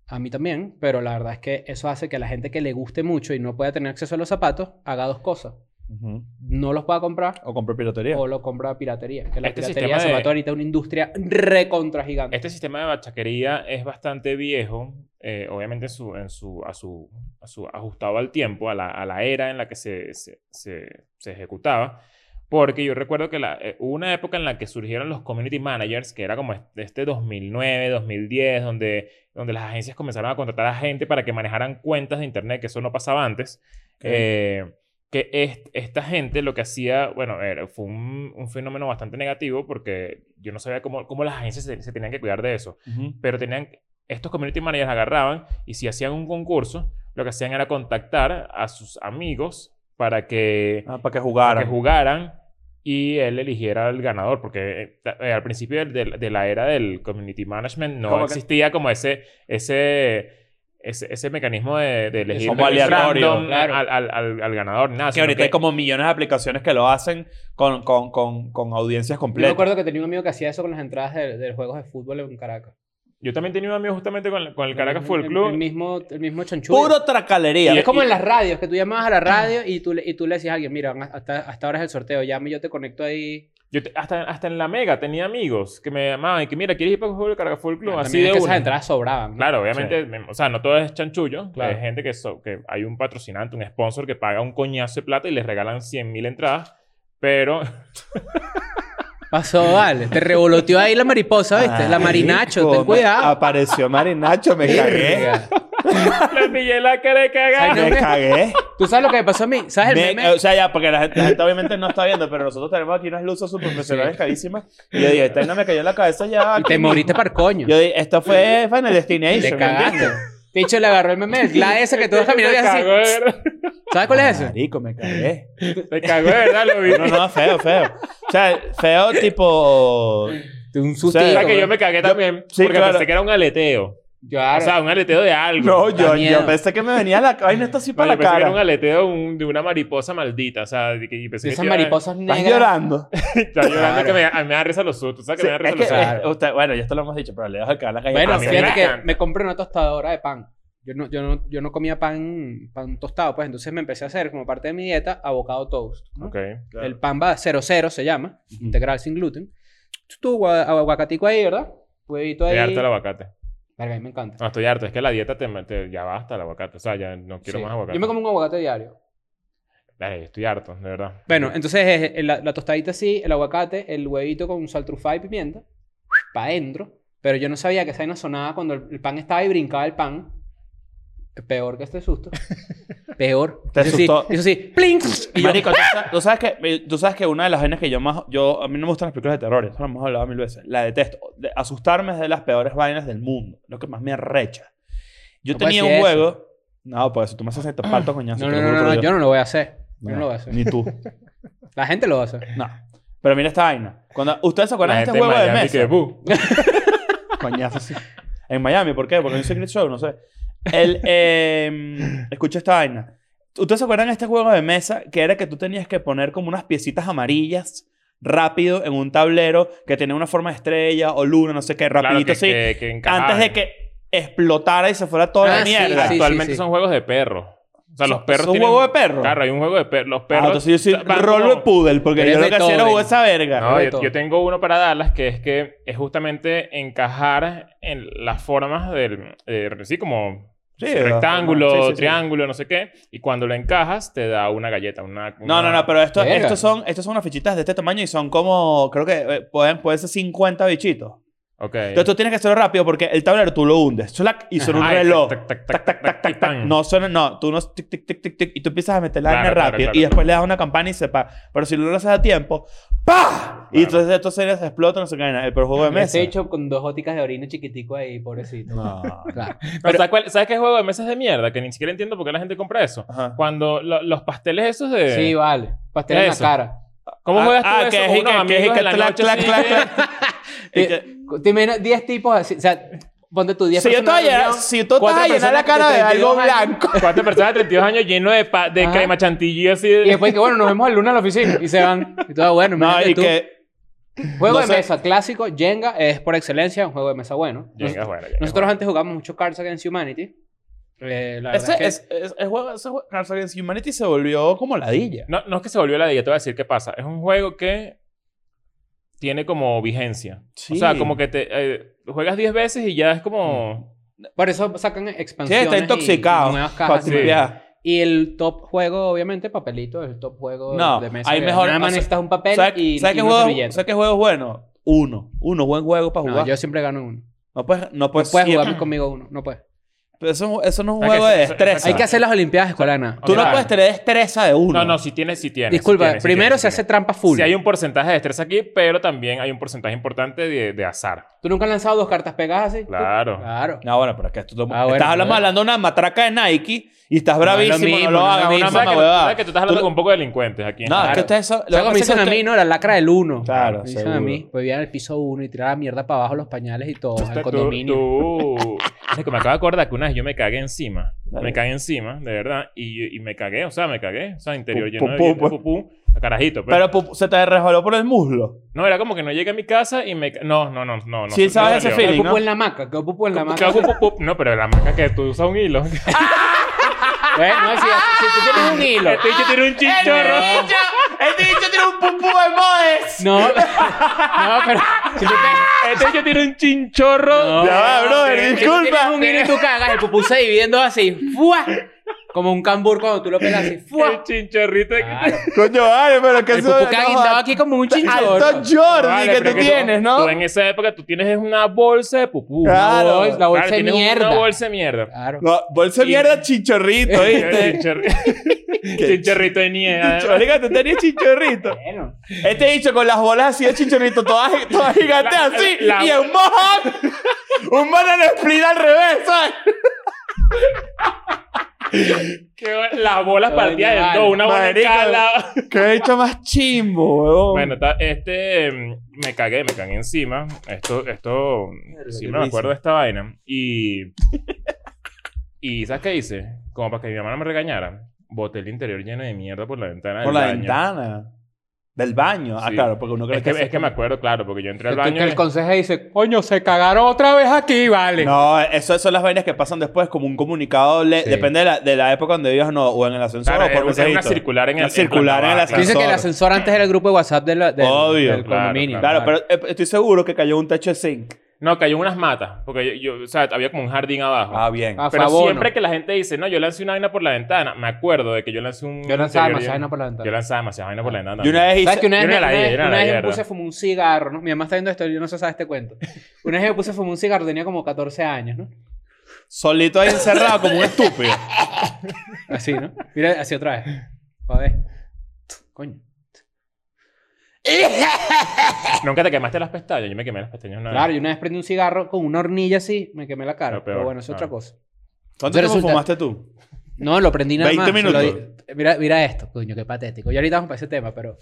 Speaker 4: a mí también, pero la verdad es que eso hace que la gente que le guste mucho y no pueda tener acceso a los zapatos haga dos cosas.
Speaker 3: Ujú.
Speaker 4: No los pueda comprar
Speaker 3: O compró piratería.
Speaker 4: o lo compra piratería. Que la
Speaker 2: Este
Speaker 4: piratería de
Speaker 2: sistema de-
Speaker 4: zapatos ahorita es una industria recontra gigante.
Speaker 2: Este sistema de bachaquería es bastante viejo, eh, obviamente en su, en su, a su, a su- ajustado al tiempo, a la, a la era en la que se, se, se- se ejecutaba, porque yo recuerdo que la- eh, hubo una época en la que surgieron los community managers, que era como este- este 2009, 2010, donde, donde las agencias comenzaron a contratar a gente para que manejaran cuentas de Internet, que eso no pasaba antes. Eh, que est- esta gente lo que hacía, bueno, era- fue un, un fenómeno bastante negativo porque yo no sabía cómo, cómo las agencias se, se tenían que cuidar de eso.
Speaker 3: Ujú.
Speaker 2: Pero tenían, estos community managers agarraban y si hacían un concurso, lo que hacían era contactar a sus amigos para que,
Speaker 3: Ah, para que
Speaker 2: para
Speaker 3: jugaran.
Speaker 2: que jugaran y él eligiera al ganador, porque eh, ta- eh, al principio del- del- de, la era del community management no
Speaker 3: Como que-
Speaker 2: existía como ese, ese, ese, ese mecanismo de, de elegir
Speaker 3: Como aleatorio,
Speaker 2: random
Speaker 4: claro.
Speaker 2: al, al- al- al ganador. Nada,
Speaker 3: Que
Speaker 2: Ah, sino
Speaker 3: ahorita
Speaker 2: que-
Speaker 3: hay como millones de aplicaciones que lo hacen con, con, con, con audiencias
Speaker 4: Yo me
Speaker 3: completas.
Speaker 4: acuerdo que tenía un amigo que hacía eso con las entradas de, de juegos de fútbol en Caracas.
Speaker 2: Yo también tenía un amigo justamente con, con el Caracas
Speaker 4: El-
Speaker 2: Fútbol
Speaker 4: el-
Speaker 2: Club.
Speaker 4: El mismo, el mismo chanchullo.
Speaker 3: Puro tracalería.
Speaker 4: es como en las radios, que tú llamabas a la radio y tú, le- y tú le decías a alguien, mira, van a- hasta, hasta ahora es el sorteo, llame, yo te conecto ahí.
Speaker 2: Yo te- hasta, hasta en la Mega tenía amigos que me llamaban y que, mira, ¿quieres ir para jugar el Caracas Fútbol Club?
Speaker 4: También
Speaker 2: Así
Speaker 4: es
Speaker 2: de
Speaker 4: que
Speaker 2: una.
Speaker 4: esas entradas sobraban. ¿no?
Speaker 2: Claro, obviamente, me- o sea, no todo es chanchullo.
Speaker 4: Claro.
Speaker 2: Hay gente que, so- que hay un patrocinante, un sponsor que paga un coñazo de plata y les regalan 100 mil entradas. Pero
Speaker 4: Pasó, vale. Te revoloteó ahí la mariposa, ¿viste? la
Speaker 3: Ay,
Speaker 4: marinacho,
Speaker 3: como
Speaker 4: ten cuidado.
Speaker 3: Apareció Marinacho, me cagué.
Speaker 2: le pillé la cara de cagar.
Speaker 4: Ay, no
Speaker 3: me
Speaker 4: me-
Speaker 3: cagué.
Speaker 4: ¿Tú sabes lo que me pasó a mí? ¿Sabes el
Speaker 3: Me-
Speaker 4: meme?
Speaker 3: eh, o sea, ya, porque la gente, la gente obviamente no está viendo, pero nosotros tenemos aquí unas luces super profesionales
Speaker 4: Sí.
Speaker 3: carísimas. Y yo dije, esta no me cayó en la cabeza ya.
Speaker 4: Y te moriste para el coño.
Speaker 3: Yo dije, esto fue Final Destination.
Speaker 4: Te
Speaker 3: ¿me entiendes?
Speaker 4: cagaste. De hecho, le agarró el meme del Glad ese que tú vas caminando y
Speaker 2: Te cagó,
Speaker 4: haces así.
Speaker 2: de verdad.
Speaker 4: ¿Sabes cuál es ese?
Speaker 3: Ah, Marico, me cagué.
Speaker 2: Te cagó, de verdad, lo vi.
Speaker 3: No, no, feo, feo. O sea, feo tipo...
Speaker 4: De un
Speaker 3: O
Speaker 2: O
Speaker 4: sustito.
Speaker 2: sea, que
Speaker 4: güey.
Speaker 2: yo me cagué también
Speaker 3: sí,
Speaker 2: porque
Speaker 3: claro.
Speaker 2: pensé que era un aleteo.
Speaker 4: Claro.
Speaker 2: O sea, un aleteo de algo.
Speaker 3: No,
Speaker 4: Da
Speaker 3: yo,
Speaker 4: miedo.
Speaker 3: yo pensé que me venía la vaina esta así
Speaker 2: No,
Speaker 3: para
Speaker 2: yo
Speaker 3: la
Speaker 2: pensé que era un
Speaker 3: cara.
Speaker 2: aleteo un- de una mariposa maldita. O sea, de que- y pensé
Speaker 4: De
Speaker 2: que
Speaker 4: esas
Speaker 2: yo era-
Speaker 4: mariposas
Speaker 3: Estás
Speaker 4: negras.
Speaker 3: llorando.
Speaker 2: Estaba llorando
Speaker 4: Claro.
Speaker 2: que me, a mí me da risa los sustos. ¿Sabes que
Speaker 3: Sí,
Speaker 2: me da
Speaker 3: es
Speaker 2: risa
Speaker 3: que,
Speaker 2: los sustos?
Speaker 4: sal.
Speaker 3: eh, usted- bueno, ya esto lo hemos dicho, pero le dejo el canal a la calle.
Speaker 4: Bueno,
Speaker 2: A mí me
Speaker 4: fíjate que
Speaker 2: encanta.
Speaker 4: me compré una tostadora de pan. Yo no, yo no, yo no comía pan, pan tostado, pues entonces me empecé a hacer como parte de mi dieta avocado toast. ¿no?
Speaker 2: Ok.
Speaker 4: El pan va 00, se llama, integral sin gluten. Tu gua- aguacatico ahí, ¿verdad? Huevito ahí.
Speaker 2: Estoy harto del aguacate.
Speaker 4: Verga, a mí me encanta.
Speaker 2: No, estoy harto. Es que la dieta te, te- ya basta el aguacate. O sea, ya no quiero
Speaker 4: Sí.
Speaker 2: más aguacate.
Speaker 4: Yo me como un aguacate diario.
Speaker 2: Dale, estoy harto, de verdad.
Speaker 4: Bueno, entonces eh, eh, la, la tostadita así, el aguacate, el huevito con sal trufada y pimienta, para adentro. Pero yo no sabía que esa vaina sonaba cuando el, el pan estaba y brincaba el pan. Peor que este susto. Peor.
Speaker 3: Te
Speaker 4: eso sí,
Speaker 3: asustó.
Speaker 4: eso sí, ¡plink! Y yo,
Speaker 3: Marico, ¿tú, sa- tú sabes que, eh, tú sabes que una de las vainas que yo más... Yo, a mí no me gustan las películas de terror, eso lo hemos hablado mil veces. La detesto. De- asustarme es de las peores vainas del mundo. Lo que más me arrecha. Yo
Speaker 4: No puedes
Speaker 3: tenía
Speaker 4: decir
Speaker 3: un
Speaker 4: eso.
Speaker 3: juego... No, por eso tú me haces estos paltos, coñazo.
Speaker 4: no,
Speaker 3: te lo
Speaker 4: no, no,
Speaker 3: juro
Speaker 4: no,
Speaker 3: por
Speaker 4: no,
Speaker 3: Dios.
Speaker 4: yo no lo voy a hacer. Yo no lo voy a hacer.
Speaker 3: Ni tú.
Speaker 4: La gente lo va a hacer.
Speaker 3: No. Pero mira esta vaina. Cuando, ¿Ustedes se acuerdan de este juego de
Speaker 2: Miami
Speaker 3: mesa?
Speaker 2: que, uh, "Bu".
Speaker 3: Coñazo, sí. En Miami, ¿por qué? Porque hay un Secret Show, no sé. El, eh, escucha esta vaina. ¿Ustedes se acuerdan de este juego de mesa que era que tú tenías que poner como unas piecitas amarillas rápido en un tablero que tenía una forma de estrella o luna, no sé qué,
Speaker 2: Claro,
Speaker 3: rapidito
Speaker 2: que-
Speaker 3: así,
Speaker 2: que- que encajaban.
Speaker 3: antes de que explotara y se fuera toda
Speaker 4: Ah,
Speaker 3: la
Speaker 4: sí,
Speaker 3: mierda?
Speaker 4: sí, sí.
Speaker 2: Actualmente son juegos de perro. O sea, los
Speaker 3: ¿Son-
Speaker 2: perros
Speaker 3: son
Speaker 2: tienen...
Speaker 3: juegos de perro?
Speaker 2: Claro, hay un juego de perros. Los perros...
Speaker 3: Ah, entonces yo soy
Speaker 2: van
Speaker 3: rolo
Speaker 2: como-
Speaker 3: de poodle porque
Speaker 4: Pero
Speaker 3: yo
Speaker 4: es
Speaker 3: lo que hacía era
Speaker 4: Beethoven.
Speaker 3: jugar esa verga.
Speaker 2: No,
Speaker 4: de
Speaker 2: yo,
Speaker 4: todo.
Speaker 2: yo tengo uno para Dallas que es que es justamente encajar en las formas del... eh, sí, como...
Speaker 3: Sí,
Speaker 2: rectángulo,
Speaker 3: sí, sí, sí.
Speaker 2: triángulo, no sé qué. Y cuando lo encajas, te da una galleta, una...
Speaker 3: No, no, no, pero esto,
Speaker 4: Verga.
Speaker 3: estos son, estos son unas fichitas de este tamaño y son como, creo que eh, pueden, pueden ser 50 bichitos.
Speaker 2: Ok.
Speaker 3: Entonces tú tienes que hacerlo rápido porque el tablero tú lo hundes. Slack, y suena un
Speaker 2: Ajá, y
Speaker 3: reloj.
Speaker 2: tac, tac,
Speaker 3: Tac, tac, tac,
Speaker 2: y
Speaker 3: tac, tac.
Speaker 2: pan.
Speaker 3: No suena, no. Tú no tic, tic, tic, tic, tic. Y tú empiezas a meter la
Speaker 2: Claro,
Speaker 3: vaina
Speaker 2: claro,
Speaker 3: rápido.
Speaker 2: claro.
Speaker 3: Y después le das una campana y se pa. Pero si no lo haces a tiempo, ¡pah! Y
Speaker 2: Claro.
Speaker 3: entonces esto se explota, no se cae nada. Pero juego de
Speaker 4: Me
Speaker 3: mesa.
Speaker 4: he Este hecho con dos goticas de orina chiquitico ahí, pobrecito.
Speaker 3: No.
Speaker 4: Claro.
Speaker 2: No, ¿sabes, cuál- ¿Sabes qué juego de mesas de mierda? Que ni siquiera entiendo por qué la gente compra eso.
Speaker 3: Ajá.
Speaker 2: Cuando lo- los pasteles esos de...
Speaker 4: Sí, vale. Pastel en la
Speaker 2: Eso.
Speaker 4: cara.
Speaker 2: ¿Cómo
Speaker 3: Ah,
Speaker 2: juegas tú
Speaker 3: ah,
Speaker 2: eso
Speaker 3: que es
Speaker 2: con
Speaker 3: y
Speaker 2: unos
Speaker 3: que- que es y
Speaker 2: amigos
Speaker 3: que
Speaker 2: en la
Speaker 3: clac,
Speaker 2: noche?
Speaker 3: clac,
Speaker 2: así
Speaker 3: clac,
Speaker 2: de-
Speaker 3: clac. Y que-
Speaker 4: Te, Eh, te imaginas 10 tipos así. O sea, ponte tú 10
Speaker 3: Si yo te
Speaker 4: personas
Speaker 3: voy a llenar-
Speaker 4: reunión,
Speaker 3: si tú te vas
Speaker 4: cuatro
Speaker 3: a llenar la
Speaker 4: personas
Speaker 3: cara de algo
Speaker 4: 32 años.
Speaker 3: blanco.
Speaker 2: Cuatro personas de 32 años lleno de, pa- de
Speaker 4: Ajá.
Speaker 2: crema chantilly así de...
Speaker 4: Y después que bueno, nos vemos el lunes en la oficina. Y se van. Y todo bueno.
Speaker 3: No,
Speaker 4: imagínate
Speaker 3: y
Speaker 4: tú.
Speaker 3: que.
Speaker 4: Juego
Speaker 3: no
Speaker 4: de
Speaker 3: sé.
Speaker 4: mesa clásico. Jenga es por excelencia un juego de mesa bueno.
Speaker 2: Jenga es
Speaker 4: Nos-
Speaker 2: bueno, Jenga es
Speaker 4: Nosotros
Speaker 2: bueno.
Speaker 4: antes jugábamos mucho Cards Against Humanity. Eh, la
Speaker 3: Ese,
Speaker 4: verdad es
Speaker 3: es, es- es juego, ese juego, Cards Against Humanity se volvió como ladilla.
Speaker 2: No, no es que se volvió la dieta, te voy a decir qué pasa. Es un juego que tiene como vigencia.
Speaker 3: Sí.
Speaker 2: O sea, como que te eh, juegas 10 veces y ya es como...
Speaker 4: que por eso sacan
Speaker 3: Sí,
Speaker 4: expansiones.
Speaker 3: está
Speaker 4: y-
Speaker 3: intoxicado.
Speaker 4: Y, nuevas
Speaker 3: pa'
Speaker 4: cajas.
Speaker 2: sí.
Speaker 3: tripear.
Speaker 4: Y el top juego, obviamente, papelito. El top juego
Speaker 3: No,
Speaker 4: de mesa.
Speaker 3: hay
Speaker 4: que
Speaker 3: mejor-
Speaker 4: Nada
Speaker 3: o
Speaker 4: más
Speaker 3: sea,
Speaker 4: necesitas un papel
Speaker 3: ¿Sabes
Speaker 4: y,
Speaker 3: sabes
Speaker 4: y
Speaker 3: qué
Speaker 4: una
Speaker 3: juego,
Speaker 4: servilleta.
Speaker 3: ¿sabes qué juego es bueno? Uno. Uno, buen juego para
Speaker 4: No,
Speaker 3: jugar. No,
Speaker 4: yo siempre gano uno.
Speaker 3: puedes, no puedes,
Speaker 4: Puedes
Speaker 3: siempre-
Speaker 4: jugar conmigo uno. No puedes.
Speaker 3: Pero eso, eso no es un
Speaker 2: Hay que
Speaker 3: juego de
Speaker 2: hacer-
Speaker 3: destreza.
Speaker 4: Hay que hacer las Olimpiadas escolanas.
Speaker 3: Tú no
Speaker 2: Claro.
Speaker 3: puedes tener destreza de uno.
Speaker 2: No, no, si tienes, si tienes.
Speaker 4: Disculpa, primero se hace trampa full.
Speaker 2: Si hay un porcentaje de destreza aquí, pero también hay un porcentaje importante de, de azar.
Speaker 4: ¿Tú nunca has lanzado dos cartas pegadas así?
Speaker 2: Claro.
Speaker 4: Claro.
Speaker 3: No, bueno, pero es que tú
Speaker 4: Ah, bueno,
Speaker 3: estás hablando,
Speaker 4: bueno.
Speaker 3: hablando de una matraca de Nike y estás
Speaker 4: es lo
Speaker 3: bravísimo, no lo,
Speaker 4: mismo, no es lo
Speaker 3: hagas, una
Speaker 4: mismo.
Speaker 2: ¿Sabes que,
Speaker 3: mamahuevada.
Speaker 2: sabes que tú estás hablando
Speaker 3: Tú-
Speaker 2: con un poco de delincuentes aquí.
Speaker 3: No, es
Speaker 4: Claro.
Speaker 3: que ustedes son...
Speaker 4: ¿Sabes cómo me dicen a mí, no? La lacra del uno.
Speaker 3: Claro,
Speaker 4: Me dicen a
Speaker 3: seguro.
Speaker 4: mí. Pues vivían al piso uno y tirar la mierda para abajo los pañales y todo.
Speaker 2: Tú-
Speaker 4: Al
Speaker 2: tú-
Speaker 4: condominio.
Speaker 2: tú- Es que me acabo de acordar que una vez yo me cagué encima.
Speaker 3: Dale.
Speaker 2: Me cagué encima, de verdad. Y, y me cagué, o sea, me cagué. O sea, interior
Speaker 3: Pu-
Speaker 2: lleno de
Speaker 3: pupú,
Speaker 2: billetes,
Speaker 3: pues.
Speaker 2: pupú. Carajito. pues.
Speaker 3: Pero pu- se te resbaló por el muslo.
Speaker 2: No, era como que no llegué a mi casa y me... ca- No, no, no, no. no
Speaker 3: Sí,
Speaker 2: no
Speaker 3: sabes ese
Speaker 2: salió.
Speaker 4: Que
Speaker 3: feeling.
Speaker 4: pupo
Speaker 3: ¿no?
Speaker 4: en la maca, que pupo en la
Speaker 2: Que
Speaker 4: maca.
Speaker 2: hago pup, pup. No, pero la marca que tú usas un hilo.
Speaker 4: Bueno, si, si tú tienes un hilo.
Speaker 2: Este bicho tiene un chinchorro.
Speaker 3: ¡Este bicho tiene un pupú de modes!
Speaker 4: No, no, pero si tú te-
Speaker 2: Este bicho tiene un chinchorro.
Speaker 4: No.
Speaker 3: Ya va, brother,
Speaker 4: si tú tienes
Speaker 3: disculpa.
Speaker 4: un hilo y tú cagas, el pupú se dividiendo así, ¡fua! Como un cambur cuando tú lo pelas así,
Speaker 2: El
Speaker 4: ¡fua!
Speaker 2: chinchorrito.
Speaker 4: Claro.
Speaker 3: Coño, vale, pero que
Speaker 4: El
Speaker 3: eso...
Speaker 4: pupú
Speaker 3: no,
Speaker 4: que ha
Speaker 3: joder.
Speaker 4: guindado aquí como un chinchorro.
Speaker 3: Alto Jordi
Speaker 2: Vale,
Speaker 3: que
Speaker 2: pero
Speaker 3: tú
Speaker 2: tú-
Speaker 3: tienes, ¿no?
Speaker 2: Tú en esa época tú tienes es una bolsa de pupú.
Speaker 3: Claro.
Speaker 4: La bolsa- La bolsa de
Speaker 2: tienes
Speaker 4: mierda.
Speaker 2: Una bolsa de mierda.
Speaker 4: Claro.
Speaker 3: No, bolsa de
Speaker 2: Y-
Speaker 3: mierda chinchorrito, ¿viste?
Speaker 2: Chinchorri- Chinchorrito de nieve.
Speaker 3: Chinchorrito, tú tenías chinchorrito.
Speaker 4: Bueno.
Speaker 3: Este bicho con las bolas así de chinchorrito, todas, todas gigantes
Speaker 2: La-
Speaker 3: así,
Speaker 2: la-
Speaker 3: y un mojón, un banana split al revés, ¿sabes?
Speaker 2: Qué bueno. Las bolas
Speaker 4: Coño,
Speaker 2: partidas del
Speaker 4: vale.
Speaker 2: todo. Una bola en
Speaker 3: Marico.
Speaker 2: cada lado.
Speaker 3: Qué bicho más chimbo, weón.
Speaker 2: Bueno, está- este mm, me cagué, me cagué encima. Esto, esto, sí
Speaker 3: qué
Speaker 2: me acuerdo
Speaker 3: risa.
Speaker 2: de esta vaina. Y, y ¿sabes qué hice? Como para que mi mamá no me regañara, boté el interior lleno de mierda por la ventana.
Speaker 3: Por
Speaker 2: del
Speaker 3: la
Speaker 2: baño.
Speaker 3: ventana. Del baño. Ah,
Speaker 2: Sí.
Speaker 3: claro, porque uno cree
Speaker 2: Es que,
Speaker 3: se-
Speaker 2: es que me acuerdo, claro, porque yo entré al
Speaker 4: Que
Speaker 2: baño.
Speaker 4: el consejero dice, coño, se cagaron otra vez aquí, vale.
Speaker 3: No, eso son las vainas que pasan después, como un comunicado. le-
Speaker 4: Sí.
Speaker 3: Depende de la, de la época donde vivas no, o en el ascensor
Speaker 2: Claro,
Speaker 3: o por
Speaker 2: es- es una
Speaker 3: mensajito.
Speaker 2: circular en el-
Speaker 3: Una
Speaker 2: en
Speaker 3: circular en
Speaker 2: Plaza Baja,
Speaker 3: el
Speaker 2: claro.
Speaker 3: ascensor.
Speaker 4: Dice que el ascensor antes era el grupo de WhatsApp de la- del,
Speaker 3: Obvio,
Speaker 4: del
Speaker 2: claro,
Speaker 4: condominio.
Speaker 3: Claro, pero eh, estoy seguro que cayó un techo de zinc.
Speaker 2: No, cayó unas matas, porque yo, yo- o sea, había como un jardín abajo.
Speaker 3: Ah, bien.
Speaker 4: Ah,
Speaker 2: Pero
Speaker 4: Fabono.
Speaker 2: siempre que la gente dice, no, yo lancé una vaina por la ventana, me acuerdo de que yo lancé un.
Speaker 4: Yo
Speaker 2: interior
Speaker 4: lanzaba
Speaker 2: lleno-
Speaker 4: demasiada vaina por la ventana.
Speaker 2: Yo lanzaba demasiada vaina por la ventana.
Speaker 3: Yo una
Speaker 2: también.
Speaker 3: vez hice...
Speaker 4: ¿Sabes que una vez,
Speaker 2: yo no
Speaker 4: me,
Speaker 2: la vi,
Speaker 4: una vez-
Speaker 2: yo no la
Speaker 4: una
Speaker 2: vi,
Speaker 4: vez me
Speaker 2: ¿verdad?
Speaker 4: puse a fumar un cigarro, ¿no? Mi mamá está viendo esto, yo no sé si sabe este cuento. Una vez me puse a fumar un cigarro, tenía como 14 años, ¿no?
Speaker 3: Solito ahí encerrado como un estúpido.
Speaker 4: Así, ¿no? Mira, así otra vez. A ver. Coño.
Speaker 2: Nunca te quemaste las pestañas, yo me quemé las pestañas una vez.
Speaker 4: Claro, yo una vez prendí un cigarro con una hornilla así, me quemé la cara.
Speaker 2: Lo peor,
Speaker 4: pero bueno, es otra
Speaker 2: claro.
Speaker 4: cosa.
Speaker 3: ¿Cuánto tiempo
Speaker 4: resulta-
Speaker 3: fumaste tú?
Speaker 4: No, lo prendí nada
Speaker 3: 20
Speaker 4: más. se lo
Speaker 3: minutos.
Speaker 4: di- Mira, mira esto, coño, qué patético. Yo ahorita vamos para ese tema, pero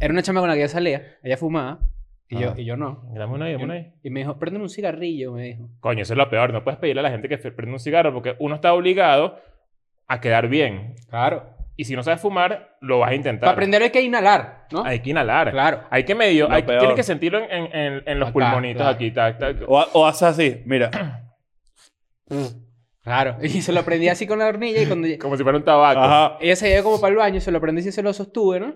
Speaker 4: era una chama con la que yo salía, ella fumaba y, yo,
Speaker 3: Ah.
Speaker 4: y yo no.
Speaker 2: Dame una ahí, dame una ahí.
Speaker 4: Y me dijo, préndeme un cigarrillo, me dijo.
Speaker 2: Coño, eso es lo peor. No puedes pedirle a la gente que f- prenda un cigarro porque uno está obligado a quedar bien.
Speaker 4: Claro.
Speaker 2: Y si no sabes fumar, lo vas a intentar.
Speaker 4: Para aprender hay que inhalar, ¿no?
Speaker 2: Hay que inhalar.
Speaker 4: Claro.
Speaker 2: Hay que medio...
Speaker 3: Lo
Speaker 2: Hay,
Speaker 3: peor.
Speaker 2: tienes que sentirlo en, en- en- en los
Speaker 4: Acá,
Speaker 2: pulmonitos
Speaker 4: claro.
Speaker 2: aquí. tac, tac.
Speaker 3: O, o haces así, mira.
Speaker 4: Claro. Y se lo prendí así con la hornilla y cuando
Speaker 2: Como si fuera un tabaco.
Speaker 3: Ajá.
Speaker 4: ella se llevó como para el baño, se lo prendí y se lo sostuve, ¿no?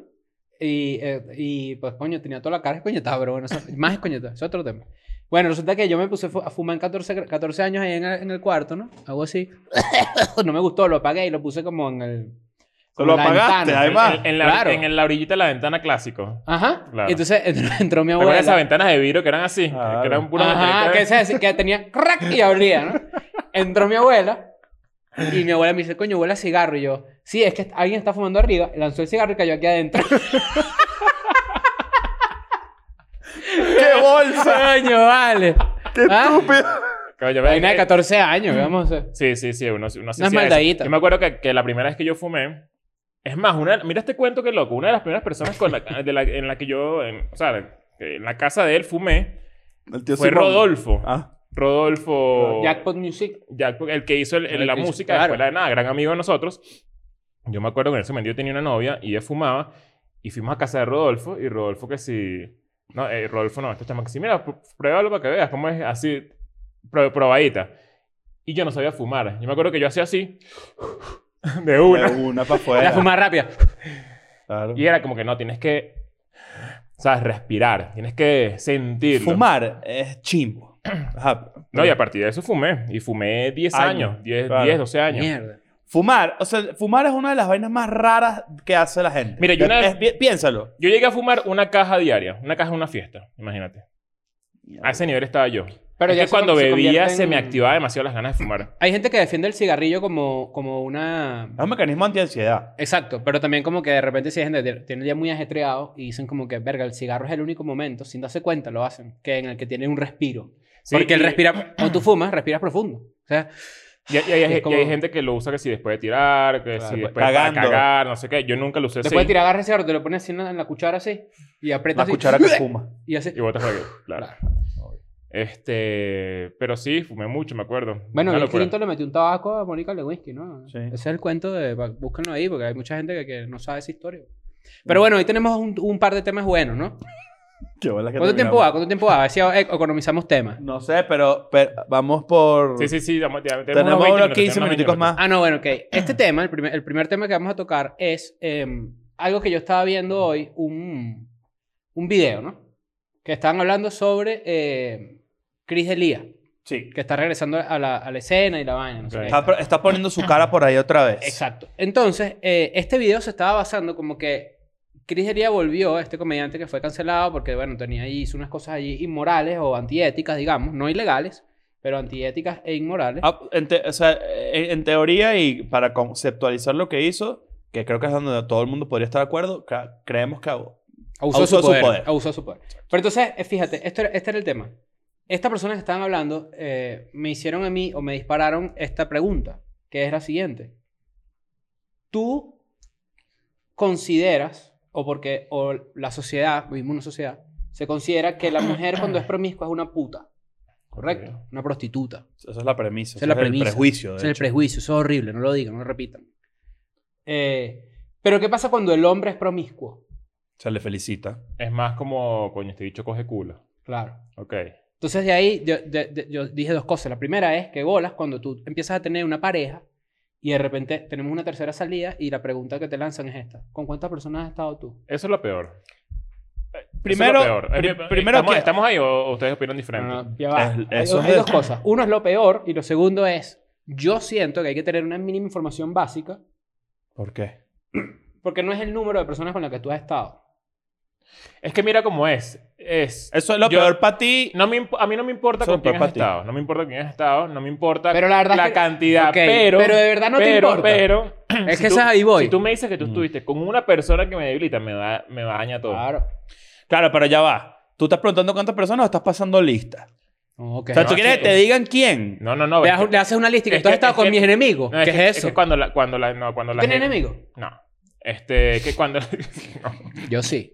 Speaker 4: Y, eh, y pues coño, tenía toda la cara escoñetada, pero bueno, eso- más escoñetada, eso es otro tema. Bueno, resulta que yo me puse fu- a fumar en 14, gra- 14 años ahí en el, en el cuarto, ¿no? Algo así. no me gustó, lo apagué y lo puse como en el...
Speaker 3: Se lo
Speaker 4: en la
Speaker 3: apagaste,
Speaker 4: ventana.
Speaker 3: además.
Speaker 2: En, en la,
Speaker 4: Claro.
Speaker 2: en la orillita de la ventana clásico.
Speaker 4: Ajá.
Speaker 2: Claro.
Speaker 4: Y entonces entró, entró mi
Speaker 2: ¿Te acuerdas de esas
Speaker 4: abuela.
Speaker 2: ventanas de vidrio que eran así?
Speaker 3: Claro.
Speaker 2: Que eran puras
Speaker 4: Ajá,
Speaker 2: ventanitas
Speaker 4: que,
Speaker 2: de-
Speaker 4: se, que tenía crack y abría, ¿no? Entró mi abuela y mi abuela me dice, coño, huele a cigarro. Y yo, sí, es que alguien está fumando arriba. Lanzó el cigarro y cayó aquí adentro.
Speaker 3: ¡Qué bolsa!
Speaker 4: Coño, vale.
Speaker 3: ¡Qué
Speaker 4: Ah.
Speaker 3: estúpido!
Speaker 2: Coño,
Speaker 4: Vaina de
Speaker 2: eh,
Speaker 4: 14 años, vamos a hacer.
Speaker 2: Sí, sí, sí. Uno, uno se hacía eso.
Speaker 4: maldaditas.
Speaker 2: Yo me acuerdo que, que la primera vez que yo fumé... Es más, una, mira este cuento que loco. Una de las primeras personas con la, de la- en la que yo... en- o sea, en la casa de él fumé...
Speaker 3: El tío
Speaker 2: Fue
Speaker 3: Simón.
Speaker 2: Rodolfo.
Speaker 3: Ah.
Speaker 2: Rodolfo...
Speaker 4: Jackpot Music.
Speaker 2: Jack, el que hizo el- el-
Speaker 4: El
Speaker 2: la
Speaker 4: que hizo-
Speaker 2: música
Speaker 4: claro.
Speaker 2: de Escuela de Nada, gran amigo de nosotros. Yo me acuerdo que en ese momento yo tenía una novia y ella fumaba. Y fuimos a casa de Rodolfo y Rodolfo que si... No, eh, Rodolfo no, este chama que si, mira, pr- pruébalo para que veas cómo es así, pro- probadita. Y yo no sabía fumar. Yo me acuerdo que yo hacía así, de
Speaker 3: Una,
Speaker 2: una.
Speaker 3: una para
Speaker 4: La
Speaker 3: afuera.
Speaker 4: fumada rápida.
Speaker 3: Claro.
Speaker 2: Y era como que no, tienes que, sabes, respirar, tienes que sentirlo.
Speaker 3: Fumar es chimbo. Ajá.
Speaker 2: No, y a partir de eso fumé. Y fumé 10
Speaker 3: Años,
Speaker 2: años, 10,
Speaker 3: claro.
Speaker 2: 10, 12 años.
Speaker 4: Mierda.
Speaker 3: Fumar, o sea, fumar es una de las vainas más raras que hace la gente.
Speaker 2: Mira, yo una vez-
Speaker 3: Es- pi- piénsalo.
Speaker 2: Yo llegué a fumar una caja diaria, una caja en una fiesta, imagínate. A ese nivel estaba yo.
Speaker 4: Pero
Speaker 2: es
Speaker 4: ya
Speaker 2: que cuando bebía se me
Speaker 4: activaba.
Speaker 2: activaba demasiado las ganas de fumar.
Speaker 4: Hay gente que defiende el cigarrillo como, como una...
Speaker 3: Es un mecanismo anti-ansiedad.
Speaker 4: Exacto, pero también como que de repente si hay gente que tiene el día muy ajetreado y dicen como que, verga, el cigarro es el único momento, sin darse cuenta lo hacen, que en el que tienen un respiro.
Speaker 2: Sí,
Speaker 4: Porque el
Speaker 2: y-
Speaker 4: respirar, cuando tú fumas, respiras profundo. O sea,
Speaker 3: Pues
Speaker 2: Y, hay- y hay,
Speaker 4: Es
Speaker 2: y hay
Speaker 4: como-
Speaker 2: gente que lo usa que si después de tirar, que
Speaker 3: Claro,
Speaker 2: si
Speaker 3: pues,
Speaker 2: después para
Speaker 3: cagando.
Speaker 2: cagar, no sé qué. Yo nunca lo usé
Speaker 4: después de
Speaker 2: así.
Speaker 4: tirar, agarras el cigarro, te lo pones así en la, en la cuchara así y
Speaker 3: La
Speaker 4: aprietas así,
Speaker 3: cuchara que fuma.
Speaker 4: y haces...
Speaker 2: Y botas para que- Claro. Este... Pero sí, fumé mucho, me acuerdo.
Speaker 4: Bueno,
Speaker 2: Una
Speaker 4: Bill
Speaker 2: locura.
Speaker 4: Clinton le metió un tabaco a Monica Lewinsky, ¿no?
Speaker 3: Sí.
Speaker 4: Ese es el cuento de... va- Búsquenlo ahí porque hay mucha gente que, que no sabe esa historia. Pero bueno, hoy tenemos un, un par de temas buenos, ¿no?
Speaker 3: Mm. Qué bolas que
Speaker 4: ¿Cuánto tiempo
Speaker 3: terminamos.
Speaker 4: va? ¿Cuánto tiempo va? A ver si eh, economizamos temas.
Speaker 3: No sé, pero, pero vamos por...
Speaker 2: Sí, sí, sí. damos- ya-
Speaker 3: Tenemos
Speaker 2: unos 20
Speaker 3: unos 15
Speaker 2: unos 20
Speaker 3: minuticos más.
Speaker 4: Ah, no, bueno, ok. Este tema, el primer, el primer tema que vamos a tocar es em, algo que yo estaba viendo hoy, un, un video, ¿no? Que estaban hablando sobre eh, Chris D'Elia,
Speaker 3: Sí.
Speaker 4: que está regresando a la, a la escena y la vaina, no sé
Speaker 2: Ok.
Speaker 4: qué.
Speaker 3: Está, pro- está poniendo su cara por ahí otra vez.
Speaker 4: Exacto. Entonces, eh, este video se estaba basando como que Chris D'Elia volvió, este comediante que fue cancelado porque, bueno, tenía ahí, hizo unas cosas allí inmorales o antiéticas, digamos, no ilegales, pero antiéticas e inmorales.
Speaker 3: Ah, en te- o sea, eh, en, en teoría y para conceptualizar lo que hizo, que creo que es donde todo el mundo podría estar de acuerdo, cre- creemos que
Speaker 4: Abusó,
Speaker 3: Abusó
Speaker 4: su,
Speaker 3: de su
Speaker 4: poder,
Speaker 3: poder.
Speaker 4: Abusó de su poder. Pero entonces, eh, fíjate, esto era- este era el tema. Estas personas que estaban hablando eh, me hicieron a mí o me dispararon esta pregunta, que es la siguiente. ¿Tú consideras, o porque o la sociedad, vivimos en una sociedad, se considera que la mujer cuando es promiscua es una puta, ¿correcto? Una prostituta.
Speaker 3: esa es la premisa, ese
Speaker 4: Esa es la
Speaker 3: es
Speaker 4: premisa.
Speaker 3: el prejuicio. de
Speaker 4: Ese es el
Speaker 3: hecho.
Speaker 4: prejuicio, eso es horrible, no lo digan, no lo repitan. Eh, Pero ¿qué pasa cuando el hombre es promiscuo?
Speaker 3: Se le felicita.
Speaker 2: Es más como... Coño, este bicho coge culo.
Speaker 4: Claro.
Speaker 2: Ok.
Speaker 4: Entonces de ahí yo, de- de- yo dije dos cosas. La primera es que bolas cuando tú empiezas a tener una pareja y de repente tenemos una tercera salida y la pregunta que te lanzan es esta. ¿Con cuántas personas has estado tú?
Speaker 2: Eso es lo peor. Eso
Speaker 3: Primero,
Speaker 2: es lo peor. Eh,
Speaker 3: pri-
Speaker 2: eh,
Speaker 3: primero
Speaker 2: ¿Estamos,
Speaker 3: que- Ah.
Speaker 2: ¿Estamos ahí o o ustedes opinan diferente?
Speaker 4: No, no, Ah, ya va.
Speaker 3: Es-
Speaker 4: Hay,
Speaker 3: eso
Speaker 4: hay
Speaker 3: es-
Speaker 4: dos cosas. Uno es lo peor y lo segundo es, yo siento que hay que tener una mínima información básica
Speaker 3: ¿Por qué?
Speaker 4: porque no es el número de personas con las que tú has estado.
Speaker 2: Es que mira cómo es. Es...
Speaker 3: Eso es lo
Speaker 2: Yo-
Speaker 3: peor para ti.
Speaker 2: No me imp- a mí no me importa
Speaker 3: Eso
Speaker 2: con
Speaker 3: es
Speaker 2: quién has
Speaker 3: para ti.
Speaker 2: estado. No me importa quién has estado. No me importa
Speaker 4: Pero la verdad es que-
Speaker 2: cantidad.
Speaker 4: Ok,
Speaker 2: Pero,
Speaker 4: pero de verdad no te
Speaker 2: pero-
Speaker 4: importa.
Speaker 2: Pero,
Speaker 4: Es
Speaker 2: si
Speaker 4: que
Speaker 2: tú-
Speaker 4: esa es ahí voy.
Speaker 2: Si tú me dices que tú
Speaker 3: Mm.
Speaker 2: estuviste con una persona que me debilita, me va, me va a dañar todo.
Speaker 4: Claro.
Speaker 3: Claro, pero ya va. Tú estás preguntando cuántas personas o estás pasando lista.
Speaker 4: Ok.
Speaker 3: O sea,
Speaker 2: No,
Speaker 3: tú quieres
Speaker 2: sí.
Speaker 3: que te digan quién.
Speaker 2: No, no, no.
Speaker 4: Le
Speaker 2: es
Speaker 4: das-
Speaker 2: que-
Speaker 4: le haces una lista y que
Speaker 2: es
Speaker 4: tú has
Speaker 2: que-
Speaker 4: estado
Speaker 2: es
Speaker 4: con
Speaker 2: que-
Speaker 4: mis enemigos.
Speaker 2: no, es
Speaker 4: ¿Qué
Speaker 2: que-
Speaker 4: es eso?
Speaker 2: que cuando la, cuando la, no, cuando la
Speaker 4: ¿Tienes
Speaker 2: gente-
Speaker 4: enemigos?
Speaker 2: No. Este, que cuando... no.
Speaker 4: Yo sí.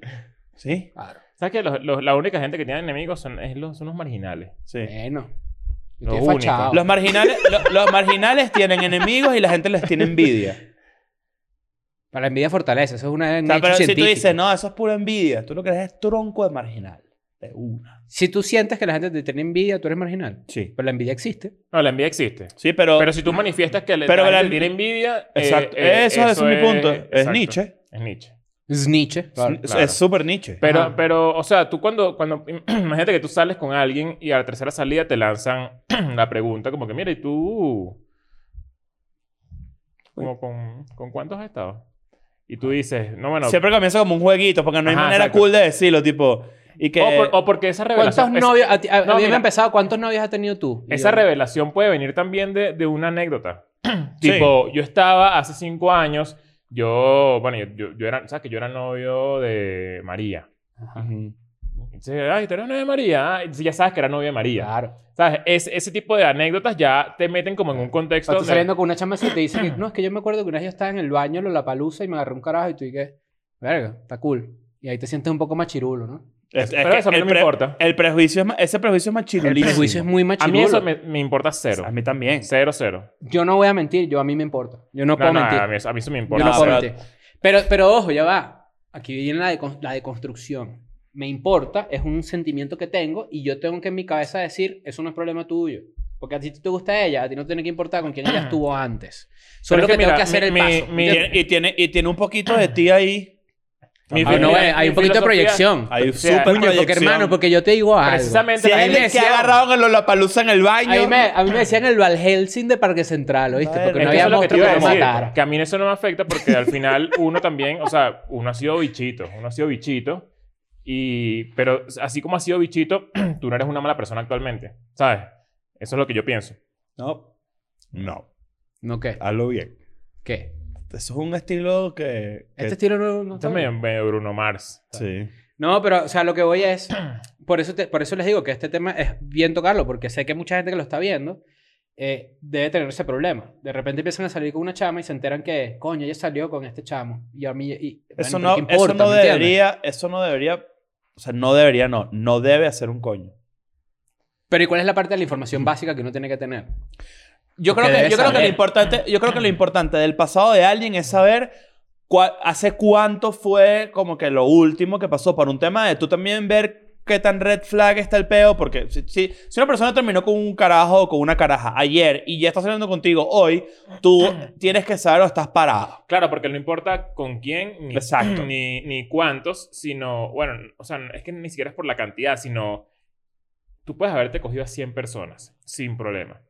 Speaker 3: ¿Sí?
Speaker 4: Claro.
Speaker 2: ¿Sabes que los, los- la única gente que tiene enemigos son, es los, son los marginales?
Speaker 3: Sí.
Speaker 4: Bueno. Yo
Speaker 2: Lo
Speaker 4: estoy
Speaker 2: único.
Speaker 4: fachado.
Speaker 3: Los marginales, lo- los marginales tienen enemigos y la gente les tiene envidia.
Speaker 4: Para la envidia fortaleza, eso es una
Speaker 3: O sea,
Speaker 4: hecho
Speaker 3: pero si tú
Speaker 4: científico.
Speaker 3: dices, no, eso es pura envidia. Tú lo que eres es tronco de marginal. De una.
Speaker 4: Si tú sientes que la gente te tiene envidia, tú eres marginal.
Speaker 3: Sí.
Speaker 4: Pero la envidia existe.
Speaker 2: No, la envidia existe.
Speaker 3: Sí, pero... eh,
Speaker 2: Pero si tú manifiestas que le,
Speaker 3: Pero
Speaker 2: la
Speaker 3: la
Speaker 2: gente
Speaker 3: envi-
Speaker 2: tiene envidia... eh,
Speaker 3: exacto.
Speaker 2: eh,
Speaker 3: eso, ese es mi punto. Es,
Speaker 2: exacto.
Speaker 3: Nietzsche.
Speaker 2: Es Nietzsche.
Speaker 4: Es Nietzsche.
Speaker 3: Es-
Speaker 2: claro.
Speaker 3: Es súper Nietzsche.
Speaker 2: Pero,
Speaker 4: Ajá.
Speaker 2: pero, o sea, tú cuando, cuando, imagínate que tú sales con alguien y a la tercera salida te lanzan la pregunta como que, mira, ¿y tú? Como, con, ¿Con cuántos has estado? Y tú dices, no, bueno,
Speaker 3: Siempre comienza como un jueguito porque no hay
Speaker 2: Ajá,
Speaker 3: manera
Speaker 2: exacto.
Speaker 3: cool de decirlo, tipo... Y que...
Speaker 2: o, por- o porque esa
Speaker 4: ¿Cuántos
Speaker 2: revelación... es-
Speaker 4: novios? A, ti- a- a
Speaker 2: No,
Speaker 4: mí me
Speaker 2: mira.
Speaker 4: han empezado, ¿cuántos novios has tenido tú? Y
Speaker 2: esa
Speaker 4: yo,
Speaker 2: revelación puede venir también de, de una anécdota. tipo, yo estaba hace cinco años, yo, bueno, yo, yo, yo era, ¿sabes que yo era novio de María?
Speaker 4: Ajá.
Speaker 3: Ujú.
Speaker 2: Entonces, ay, tú eres novio de María. Ah, entonces ya sabes que era novio de María.
Speaker 4: Claro.
Speaker 2: ¿Sabes? Es- ese tipo de anécdotas ya te meten como en un
Speaker 4: O
Speaker 2: contexto.
Speaker 4: sea, tú
Speaker 2: donde-
Speaker 4: saliendo con una chama así y te dice que, no, es que yo me acuerdo que una vez yo estaba en el baño, lo la palusa y me agarré un carajo y tú dices, verga, está cool. Y ahí te sientes un poco machirulo, ¿no?
Speaker 3: Es- es
Speaker 2: Pero
Speaker 3: que
Speaker 2: eso a mí
Speaker 3: el
Speaker 2: no me
Speaker 3: pre-
Speaker 2: importa.
Speaker 3: El prejuicio es más... Ese prejuicio es más
Speaker 4: El
Speaker 3: chirulísimo.
Speaker 4: prejuicio es muy
Speaker 2: A
Speaker 4: machirulo.
Speaker 2: mí eso me, me importa cero.
Speaker 3: A mí también.
Speaker 2: Cero, cero.
Speaker 4: Yo no voy a mentir, yo a mí me importa. Yo no,
Speaker 2: No,
Speaker 4: puedo
Speaker 2: no,
Speaker 4: mentir.
Speaker 2: a mí, eso- a mí eso me
Speaker 4: Yo
Speaker 2: importa.
Speaker 4: no
Speaker 3: Ah,
Speaker 4: puedo
Speaker 3: pero-
Speaker 4: mentir. Pero, pero ojo, ya va. Aquí viene la, decon- la deconstrucción. Me importa, es un sentimiento que tengo y yo tengo que en mi cabeza decir, eso no es problema tuyo. Porque a ti te gusta ella, a ti no te tiene que importar con quién ella estuvo antes. Solo
Speaker 2: es
Speaker 4: que,
Speaker 2: que
Speaker 4: tengo
Speaker 2: mira,
Speaker 4: que hacer
Speaker 2: mi-
Speaker 4: el
Speaker 2: mi-
Speaker 4: paso.
Speaker 2: mi-
Speaker 3: Y
Speaker 4: ¿entiendes?
Speaker 3: tiene- y, tiene, y tiene un poquito de ti ahí.
Speaker 2: Mi
Speaker 4: Ah, no,
Speaker 2: filosofía-
Speaker 4: eh, hay
Speaker 2: mi
Speaker 4: un poquito de
Speaker 2: filosofía-
Speaker 4: proyección.
Speaker 3: Hay
Speaker 2: sea,
Speaker 3: súper
Speaker 4: Coño, porque
Speaker 3: proyección.
Speaker 4: hermano, porque yo te digo algo.
Speaker 2: Precisamente
Speaker 3: Si
Speaker 2: la
Speaker 3: hay
Speaker 2: gente-
Speaker 3: alguien que ha agarrado en Lollapalooza en el baño...
Speaker 4: A mí, me, a mí me decían el Val Helsing de Parque Central, ¿oíste?
Speaker 3: Madre,
Speaker 4: Porque
Speaker 2: Es
Speaker 4: no
Speaker 2: que eso
Speaker 4: había
Speaker 2: es lo que te
Speaker 4: monstruo
Speaker 2: iba a
Speaker 4: que
Speaker 2: decir,
Speaker 4: matar.
Speaker 2: Que a mí eso no me afecta porque al final uno también, o sea, uno ha sido bichito. Uno ha sido bichito. Y, pero así como has sido bichito, tú no eres una mala persona actualmente, ¿sabes? Eso es lo que yo pienso.
Speaker 3: No. No.
Speaker 4: ¿No qué?
Speaker 3: Hazlo bien.
Speaker 4: ¿Qué?
Speaker 3: Eso es un estilo que... que-
Speaker 4: Este estilo no, no
Speaker 2: Esto
Speaker 4: está
Speaker 2: es
Speaker 4: bien.
Speaker 2: medio, medio Bruno Mars.
Speaker 3: Sí.
Speaker 4: No, pero, o sea, lo que voy es. Por eso, te- por eso les digo que este tema es bien tocarlo, porque sé que mucha gente que lo está viendo eh, debe tener ese problema. De repente empiezan a salir con una chama y se enteran que, coño, ella salió con este chamo. Y a mí. y-
Speaker 3: Eso,
Speaker 4: bueno,
Speaker 3: no,
Speaker 4: ¿pero qué
Speaker 3: eso
Speaker 4: importa,
Speaker 3: no
Speaker 4: me entiendes?
Speaker 3: debería... Eso no debería... O sea, no debería, no. No debe hacer un coño.
Speaker 4: Pero ¿y cuál es la parte de la información básica que uno tiene que tener?
Speaker 3: Yo creo,
Speaker 4: Porque
Speaker 3: que,
Speaker 4: debes
Speaker 3: yo, creo que lo
Speaker 4: saber.
Speaker 3: importante, yo creo que lo importante del pasado de alguien es saber cua- hace cuánto fue como que lo último que pasó por un tema de tú también ver qué tan red flag está el peo, porque si, si, si una persona terminó con un carajo o con una caraja ayer y ya está saliendo contigo hoy, tú tienes que saber o estás parado.
Speaker 2: Claro, porque no importa con quién ni,
Speaker 3: Exacto.
Speaker 2: ni, ni cuántos, sino, bueno, o sea, es que ni siquiera es por la cantidad, sino tú puedes haberte cogido a 100 personas sin problema.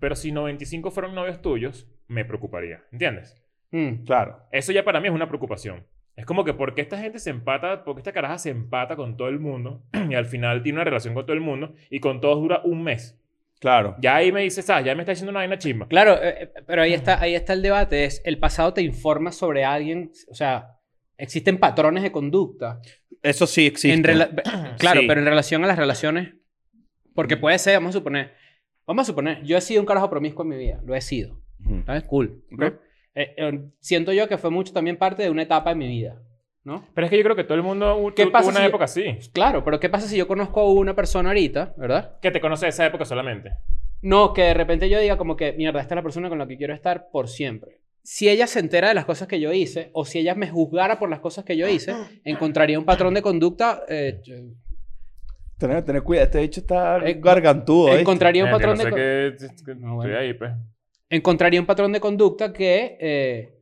Speaker 2: Pero si 95 fueron novios tuyos, me preocuparía, ¿entiendes?
Speaker 4: Mm,
Speaker 3: Claro.
Speaker 2: Eso ya para mí es una preocupación. Es como que porque esta gente se empata, porque esta caraja se empata con todo el mundo y al final tiene una relación con todo el mundo y con todos dura un mes.
Speaker 3: Claro.
Speaker 2: Ya ahí me dices, ah, ya me está diciendo una vaina chimba.
Speaker 4: Claro, eh, eh, pero ahí está, ahí está el debate. Es el pasado te informa sobre alguien. O sea, existen patrones de conducta.
Speaker 3: Eso sí existe.
Speaker 4: En rela- be- claro,
Speaker 3: Sí.
Speaker 4: pero en relación a las relaciones, porque puede ser, vamos a suponer, vamos a suponer, yo he sido un carajo promiscuo en mi vida, lo he sido,
Speaker 3: Ujú.
Speaker 4: ¿sabes? Cool. ¿no?
Speaker 3: Ok.
Speaker 4: Eh, eh, siento yo que fue mucho también parte de una etapa de mi vida, ¿no?
Speaker 2: Pero es que yo creo que todo el mundo tu-
Speaker 4: ¿Qué
Speaker 2: tuvo
Speaker 4: pasa
Speaker 2: una
Speaker 4: si-
Speaker 2: época así.
Speaker 4: Claro, pero ¿qué pasa si yo conozco a una persona ahorita, verdad?
Speaker 2: Que te conoce de esa época solamente.
Speaker 4: No, que de repente yo diga como que, mierda, esta es la persona con la que quiero estar por siempre. Si ella se entera de las cosas que yo hice, o si ella me juzgara por las cosas que yo hice, encontraría un patrón de conducta eh,
Speaker 3: Tener, tener cuidado. Este bicho está
Speaker 4: Eh,
Speaker 3: gargantúo. ¿eh?
Speaker 4: encontraría un
Speaker 2: Eh, que
Speaker 4: patrón
Speaker 2: no sé
Speaker 4: de... co-
Speaker 2: qué- que
Speaker 4: No, bueno.
Speaker 2: Estoy ahí, pues.
Speaker 4: encontraría un patrón de conducta que eh,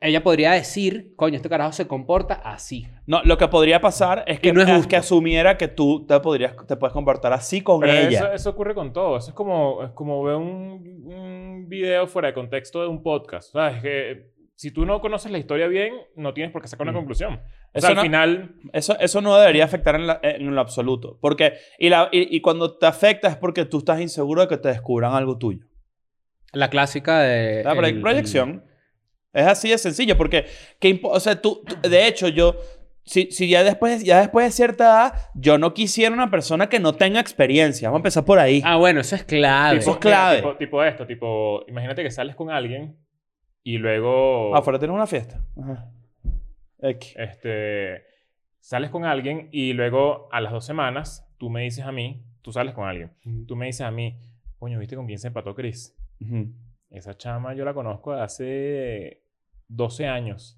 Speaker 4: ella podría decir, coño, este carajo se comporta así.
Speaker 3: No, lo que podría pasar es que,
Speaker 4: no es
Speaker 3: es
Speaker 4: justo.
Speaker 3: que asumiera que tú te, podrías, te puedes comportar así con
Speaker 2: Pero
Speaker 3: ella.
Speaker 2: eso, eso ocurre con todo. Eso es como, es como ver un, un video fuera de contexto de un podcast. ¿Sabes? Que si tú no conoces la historia bien, no tienes por qué sacar una
Speaker 3: Mm.
Speaker 2: conclusión. O
Speaker 3: Eso
Speaker 2: sea, al
Speaker 3: no-
Speaker 2: final,
Speaker 3: Eso, eso no debería afectar en, la- en lo absoluto. Porque, y, la- y- y cuando te afecta es porque tú estás inseguro de que te descubran algo tuyo.
Speaker 4: La clásica de...
Speaker 3: La
Speaker 4: el-
Speaker 3: Ah, proyección es así de sencillo. Porque, ¿qué impo- o sea, tú, tú- de hecho, yo, si, si ya, después, ya después de cierta edad, yo no quisiera una persona que no tenga experiencia. Vamos a empezar por ahí.
Speaker 4: el- Ah, bueno, eso es clave.
Speaker 3: Eso es
Speaker 2: tipo,
Speaker 3: clave.
Speaker 2: tipo, tipo esto, tipo, imagínate que sales con alguien y luego
Speaker 3: Afuera tienes una fiesta. Ajá. X.
Speaker 2: este, sales con alguien y luego a las dos semanas tú me dices a mí, tú sales con alguien, tú me dices a mí, coño, ¿viste con quién se empató Chris?
Speaker 3: Ujú.
Speaker 2: Esa chama yo la conozco de hace 12 años.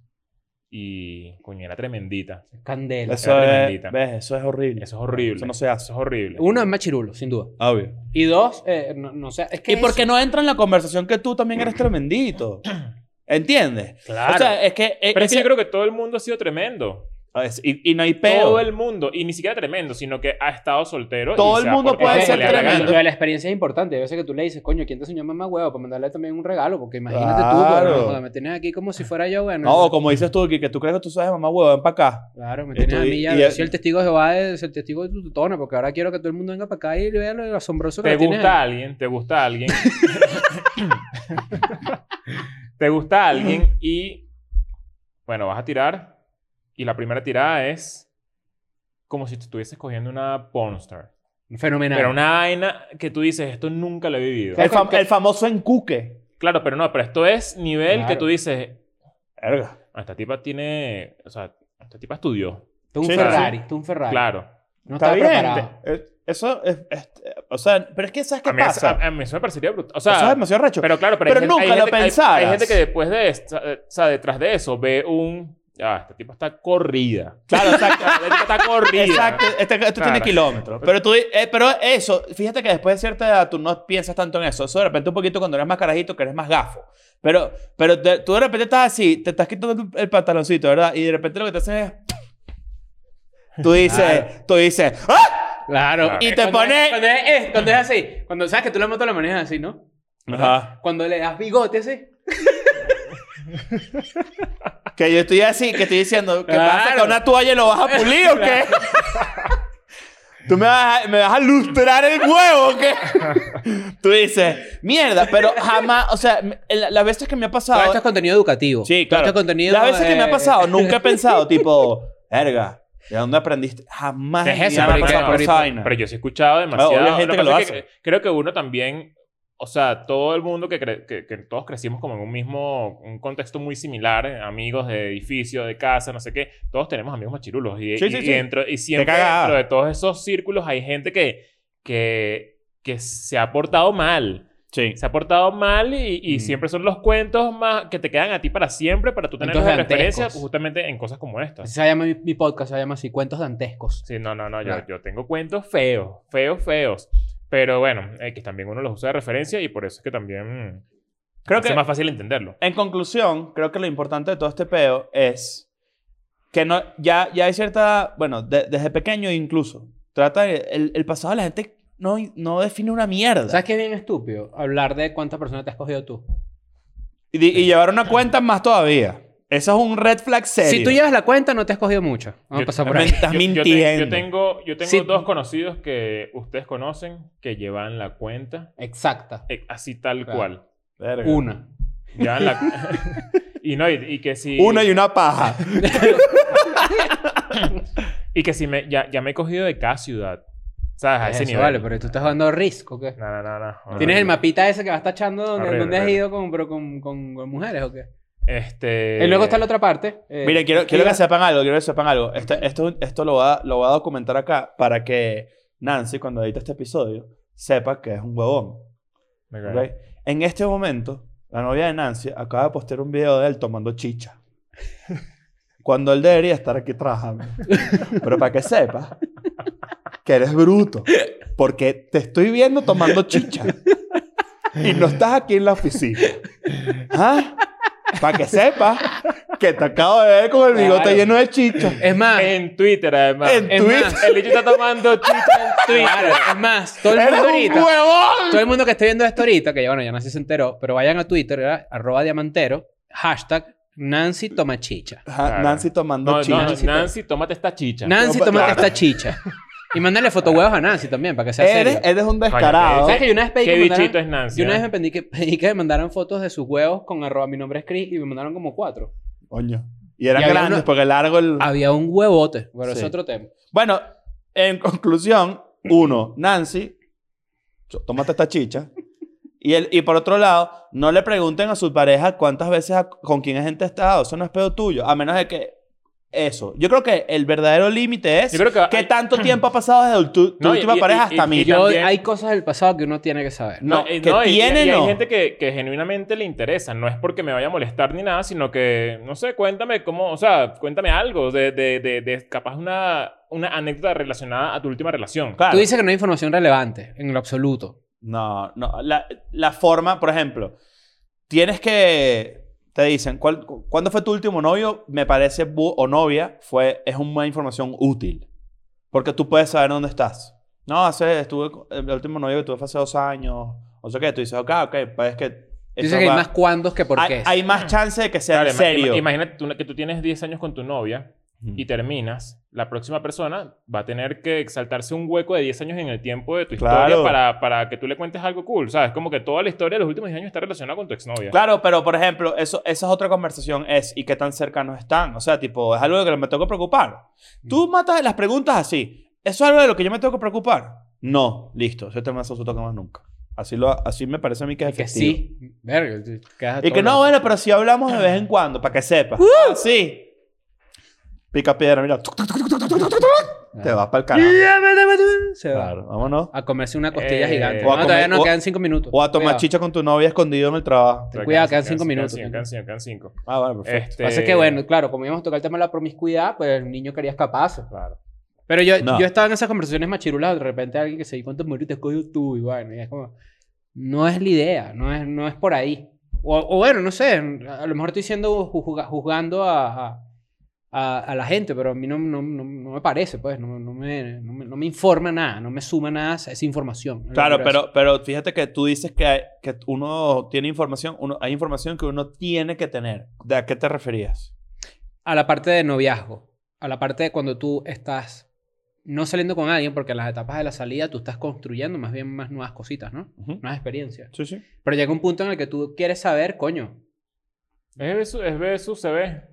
Speaker 2: Y coño, era tremendita.
Speaker 4: Candela.
Speaker 3: Eso
Speaker 2: Era
Speaker 3: es,
Speaker 2: tremendita.
Speaker 3: ves, eso es horrible.
Speaker 2: Eso es horrible.
Speaker 3: Eso no se hace.
Speaker 2: Eso es horrible.
Speaker 4: Uno es machirulo, sin duda.
Speaker 3: Obvio.
Speaker 4: Y dos, eh, no, no sé, es que...
Speaker 3: ¿Y por qué
Speaker 4: eso-
Speaker 3: no entra en la conversación que tú también eres tremendito? ¿Entiendes?
Speaker 2: Claro.
Speaker 3: O sea, es que... eh,
Speaker 2: Pero es que
Speaker 3: ese-
Speaker 2: yo creo que todo el mundo ha sido tremendo.
Speaker 3: es- y, y no hay peo.
Speaker 2: Todo el mundo. Y ni siquiera tremendo, sino que ha estado soltero. y
Speaker 3: Todo el
Speaker 2: se ha
Speaker 3: mundo
Speaker 2: portado como
Speaker 3: puede ser
Speaker 2: le da la
Speaker 4: lo-
Speaker 3: tremendo.
Speaker 2: gana.
Speaker 4: Lo de la experiencia es importante. Yo sé que tú le dices, coño, ¿quién te enseñó mamá huevo? Para mandarle también un regalo, porque imagínate tú,
Speaker 3: Claro.
Speaker 4: bueno, joder, me tienes aquí como si fuera yo, bueno.
Speaker 3: No, como dices tú, que tú crees que tú sabes, mamá huevo, ven para acá.
Speaker 4: Claro, me
Speaker 3: Y tú-
Speaker 4: tienes a mí
Speaker 3: y-
Speaker 4: ya.
Speaker 3: y-
Speaker 4: yo soy el testigo de Jehová, es el testigo de tu tutona, porque ahora quiero que todo el mundo venga para acá y vea lo asombroso que
Speaker 2: Te
Speaker 4: lo tienes.
Speaker 2: gusta alguien, te gusta alguien. te gusta alguien y. Bueno, vas a tirar. Y la primera tirada es. Como si te estuvieses cogiendo una pornstar.
Speaker 4: Fenomenal.
Speaker 2: Pero una vaina que tú dices, esto nunca lo he vivido.
Speaker 3: El,
Speaker 4: Claro,
Speaker 3: fam-
Speaker 4: que-
Speaker 3: el famoso encuque.
Speaker 2: Claro, pero no, pero esto es nivel que
Speaker 4: Claro.
Speaker 2: tú dices,
Speaker 3: Verga.
Speaker 2: "Ah, esta tipa tiene, o sea, esta tipa estudió.
Speaker 4: Tú un
Speaker 3: Sí,
Speaker 4: Ferrari,
Speaker 2: claro.
Speaker 4: tú un Ferrari.
Speaker 2: Claro.
Speaker 4: No
Speaker 3: Está
Speaker 4: estaba
Speaker 3: bien.
Speaker 4: preparado.
Speaker 3: Eh, Eso es... es- eh, o sea, pero es que ¿sabes qué
Speaker 2: A mí, eso-
Speaker 3: pasa?
Speaker 2: a- a mí eso me parecería brutal. O
Speaker 3: eso es
Speaker 2: sea,
Speaker 3: demasiado recho.
Speaker 2: pero claro, pero,
Speaker 3: pero
Speaker 2: gente-
Speaker 3: nunca lo
Speaker 2: gente que- hay- Hay,
Speaker 3: pensaras.
Speaker 2: gente que después de esto, eh, o sea, detrás de eso ve un, ah, esta tipa está corrida.
Speaker 3: Claro, exacto.
Speaker 2: Esta tipa está corrida.
Speaker 3: Exacto, este, esto tiene
Speaker 2: Claro.
Speaker 3: kilómetros. Pero, tú, eh, pero eso, fíjate que después de cierta edad tú no piensas tanto en eso. Eso de repente un poquito cuando eres más carajito, que eres más gafo. Pero, pero te- tú de repente estás así, te estás quitando el pantaloncito, ¿verdad? Y de repente lo que te haces es... Tú dices, tú dices, ¡ah!
Speaker 4: Claro.
Speaker 2: Claro.
Speaker 3: Y te
Speaker 4: Cuando
Speaker 3: pone-
Speaker 4: es- Cuando es, es- cuando es así. Cuando sabes que tú la moto la manejas así, ¿no? Cuando le das bigote así.
Speaker 3: Que yo estoy así, que estoy diciendo, que vas a sacar
Speaker 4: Claro.
Speaker 3: una toalla y lo vas a pulir o qué? Tú me vas, a, me vas a lustrar el huevo, o ¿qué? Tú dices, mierda, pero jamás, o sea, me- la- las veces que me ha
Speaker 4: Todo
Speaker 3: pasado.
Speaker 4: esto es contenido educativo.
Speaker 3: Sí,
Speaker 4: Todo
Speaker 3: claro.
Speaker 4: esto es contenido,
Speaker 3: Las veces que me ha
Speaker 4: eh,
Speaker 3: pasado, nunca he pensado, tipo, verga, ¿de dónde aprendiste? Jamás
Speaker 4: ¿Qué es
Speaker 3: en mi
Speaker 4: eso,
Speaker 3: vida me ha
Speaker 4: marico?
Speaker 3: pasado por
Speaker 4: Pero-
Speaker 3: esa vaina.
Speaker 2: Pero yo sí he escuchado demasiado.
Speaker 3: Ah, obvio, hay gente que lo
Speaker 2: pasa es
Speaker 3: hace.
Speaker 2: creo que uno también, o sea, todo el mundo que, cre- que, que todos crecimos como en un mismo, un contexto muy similar, eh, amigos de edificio, de casa, no sé qué, todos tenemos amigos machirulos. Y,
Speaker 3: Sí,
Speaker 2: y-
Speaker 3: sí,
Speaker 2: y
Speaker 3: sí.
Speaker 2: dentro- y siempre
Speaker 3: cagaba.
Speaker 2: dentro de todos esos círculos hay gente que, que, que se ha portado mal.
Speaker 3: Sí.
Speaker 2: Se ha portado mal y, y
Speaker 3: Mm.
Speaker 2: siempre son los cuentos más que te quedan a ti para siempre, para tú tenerlos de
Speaker 4: Cuentos
Speaker 2: referencia
Speaker 4: dantescos.
Speaker 2: justamente en cosas como estas.
Speaker 4: Así se llama mi, mi podcast, se llama así, Cuentos Dantescos.
Speaker 2: Sí, no, no, no. Yo,
Speaker 4: Claro.
Speaker 2: yo tengo cuentos feos, feos, feos. Pero bueno, eh, que también uno los usa de referencia y por eso es que también mm,
Speaker 3: Creo
Speaker 2: hace
Speaker 3: que
Speaker 2: más fácil entenderlo.
Speaker 3: En conclusión, creo que lo importante de todo este peo es que no, ya, ya hay cierta, bueno, de- desde pequeño incluso, trata de- el, el pasado de la gente no, no define una mierda.
Speaker 4: ¿Sabes qué es bien estúpido? Hablar de cuántas personas te has cogido tú.
Speaker 3: Y, di- y llevar una cuenta más todavía. Eso es un red flag serio.
Speaker 4: Si tú llevas la cuenta, no pues, te has cogido mucho. Vamos
Speaker 2: Yo-
Speaker 4: a pasar por
Speaker 3: Me
Speaker 4: ahí.
Speaker 3: estás
Speaker 2: Yo- yo te-
Speaker 3: mintiendo.
Speaker 2: Yo, tengo, yo tengo
Speaker 4: Sí.
Speaker 2: dos conocidos que ustedes conocen que llevan la cuenta
Speaker 4: Exacta.
Speaker 2: eh, así tal
Speaker 4: Claro.
Speaker 2: cual.
Speaker 3: Verga.
Speaker 4: Una.
Speaker 2: Llevan la... y no, y, y que si...
Speaker 3: Una y una paja.
Speaker 2: Y que si me, ya, ya me he cogido de cada ciudad. ¿Sabes? A ese
Speaker 4: Eso,
Speaker 2: nivel.
Speaker 4: Vale, pero tú estás jugando risk, ¿o qué?
Speaker 2: No, no, no, no.
Speaker 4: ¿Tienes el
Speaker 2: Horrible.
Speaker 4: mapita ese que vas tachando donde,
Speaker 2: Horrible,
Speaker 4: donde has
Speaker 2: horrible.
Speaker 4: ido con, pero con, con- con mujeres o qué?
Speaker 2: Este...
Speaker 4: y luego está la otra parte. eh,
Speaker 3: Miren, quiero, quiero
Speaker 4: iba-
Speaker 3: que sepan algo, quiero que sepan algo. Esto, esto, esto lo, va, lo va a documentar acá para que Nancy, cuando edite este episodio, sepa que es un huevón.
Speaker 2: Ok.
Speaker 3: ¿ok? En este momento, la novia de Nancy acaba de postear un video de él tomando chicha. Cuando él debería estar aquí trabajando. Pero para que sepas que eres bruto. Porque te estoy viendo tomando chicha. Y no estás aquí en la oficina. ¿Ah? Para que sepas que te acabo de ver con el bigote
Speaker 4: Claro.
Speaker 3: lleno de chicha.
Speaker 4: Es más,
Speaker 2: En Twitter, además.
Speaker 3: En
Speaker 4: es
Speaker 3: Twitter.
Speaker 4: más,
Speaker 2: El bicho está tomando chicha en Twitter.
Speaker 4: claro, es más, todo el
Speaker 3: ¡Eres
Speaker 4: mundo
Speaker 3: un
Speaker 4: ahorita.
Speaker 3: huevón!
Speaker 4: Todo el mundo que esté viendo esto ahorita, que ya bueno, ya Nancy se enteró, pero vayan a Twitter, ¿verdad? arroba diamantero, hashtag Nancy toma chicha.
Speaker 3: Ajá,
Speaker 2: Claro.
Speaker 3: Nancy
Speaker 2: No,
Speaker 3: tomando
Speaker 2: no,
Speaker 3: chicha.
Speaker 2: Nancy, Nancy, tómate esta chicha.
Speaker 4: Nancy
Speaker 3: Toma-
Speaker 4: toma
Speaker 3: claro.
Speaker 4: esta chicha. Y mándale fotohuevos a Nancy también, para que sea
Speaker 3: eres,
Speaker 4: serio. eh,
Speaker 3: eres un
Speaker 2: Coño,
Speaker 3: descarado.
Speaker 4: ¿Sabes que yo una vez pedí
Speaker 2: ¿Qué
Speaker 4: que mandaran-
Speaker 2: bichito es Nancy?
Speaker 4: Yo una
Speaker 2: eh?
Speaker 4: vez me pedí que, pedí que me mandaran fotos de sus huevos con arroba mi nombre es Chris y me mandaron como cuatro.
Speaker 3: Coño. Y eran
Speaker 4: Y había
Speaker 3: grandes
Speaker 4: uno-
Speaker 3: porque largo el...
Speaker 4: Había un huevote, pero
Speaker 3: Sí.
Speaker 4: es otro tema.
Speaker 3: Bueno, en conclusión, uno, Nancy, cho- tómate esta chicha. Y, el, y por otro lado, no le pregunten a su pareja cuántas veces ha- con quién es gente ha estado. Eso no es pedo tuyo. A menos de que. Eso. Yo creo que el verdadero límite es.
Speaker 2: Yo creo que- ah,
Speaker 3: ¿Qué tanto tiempo ha pasado desde tu, tu
Speaker 2: No, y-
Speaker 3: última
Speaker 2: y-
Speaker 3: pareja
Speaker 2: y-
Speaker 3: hasta mí?
Speaker 2: y
Speaker 4: Yo,
Speaker 2: también-
Speaker 4: hay cosas del pasado que uno tiene que saber.
Speaker 3: no,
Speaker 2: eh,
Speaker 3: que
Speaker 2: y-
Speaker 3: tiene,
Speaker 2: y, hay
Speaker 3: no.
Speaker 2: gente que, que genuinamente le interesa. No es porque me vaya a molestar ni nada, sino que, no sé, cuéntame cómo, o sea, cuéntame algo de, de, de, de capaz una, una anécdota relacionada a tu última relación.
Speaker 3: Claro.
Speaker 4: Tú dices que no hay información relevante, en lo absoluto.
Speaker 3: No, no. La, la forma, por ejemplo, tienes que. Te dicen, ¿cuál- cu- ¿cuándo fue tu último novio? Me parece, bu- o novia, fue, es una información útil. Porque tú puedes saber dónde estás. No, hace, estuve, co- el último novio que tuve fue hace dos años, o sea qué, tú dices, ok, ok, pues es que.
Speaker 4: Tú
Speaker 3: eso
Speaker 4: dices que hay
Speaker 3: va-
Speaker 4: más cuándos que por
Speaker 3: hay-
Speaker 4: qué.
Speaker 3: hay más chance de que sea
Speaker 2: Claro,
Speaker 3: en
Speaker 2: ima-
Speaker 3: serio.
Speaker 2: ima- imagínate tú- que tú tienes 10 años con tu novia y terminas. La próxima persona va a tener que saltarse un hueco de 10 años en el tiempo de tu historia
Speaker 3: Claro.
Speaker 2: para, para que tú le cuentes algo cool, ¿sabes? Como que toda la historia de los últimos 10 años está relacionada con tu exnovia.
Speaker 3: Claro, pero por ejemplo, eso, esa es otra conversación, es ¿y qué tan cercanos están? O sea, tipo, es algo de lo que me tengo que preocupar. Tú matas las preguntas así. ¿Eso es algo de lo que yo me tengo que preocupar? No, listo. Ese tema no se toca más nunca. Así, lo, así me parece a mí que es
Speaker 4: que
Speaker 3: efectivo.
Speaker 4: sí. Verga, tú quedas
Speaker 3: Y
Speaker 4: todo Ah.
Speaker 3: que no,
Speaker 4: loco.
Speaker 3: bueno, pero si hablamos de vez en cuando, para que sepas. Ah, sí. Pica piedra, mira. Tuc, tuc, tuc, tuc, tuc, tuc, tuc, tuc.
Speaker 4: Ah.
Speaker 3: Te vas para el carajo.
Speaker 4: Se va.
Speaker 3: Claro, vámonos.
Speaker 4: A comerse una costilla
Speaker 2: Eh,
Speaker 4: gigante.
Speaker 2: o
Speaker 4: No,
Speaker 2: a
Speaker 4: todavía
Speaker 3: comer-
Speaker 4: no
Speaker 3: o-
Speaker 4: quedan cinco minutos.
Speaker 3: O a tomar
Speaker 4: Cuidado.
Speaker 3: chicha con tu novia escondido en el trabajo.
Speaker 4: Ten
Speaker 2: Pero
Speaker 4: cuidado,
Speaker 2: quedan
Speaker 4: quedan cinco minutos.
Speaker 2: Quedan 5, quedan cinco, quedan cinco.
Speaker 3: Ah, bueno, perfecto.
Speaker 2: Este,
Speaker 4: Pasa que, bueno, claro, como íbamos a tocar el tema de la promiscuidad, pues el niño quería escaparse.
Speaker 2: Claro.
Speaker 4: Pero yo,
Speaker 3: No.
Speaker 4: yo estaba en esas conversaciones machirulas, de repente alguien que se di cuántos mujeres te has cogido tú, y bueno, y es como, no es la idea, no es, no es por ahí. O, o bueno, no sé, a lo mejor estoy siendo juzga- juzgando a, a, a- a la gente, pero a mí no, no, no, no me parece, pues, no, no, me, no, me, no me informa nada, no me suma nada esa esa información.
Speaker 3: Claro,
Speaker 4: Lo que
Speaker 3: pero, pero fíjate que tú dices que, que uno tiene información, uno, hay información que uno tiene que tener. ¿De a qué te referías?
Speaker 4: es. a la parte de noviazgo, a la parte de cuando tú estás no saliendo con alguien, porque en las etapas de la salida tú estás construyendo más bien más nuevas cositas, ¿no?
Speaker 3: Ujú.
Speaker 4: Nuevas experiencias.
Speaker 3: Sí, sí.
Speaker 4: Pero llega un punto en el que tú quieres saber, coño.
Speaker 2: Es ver su, es ver su CV.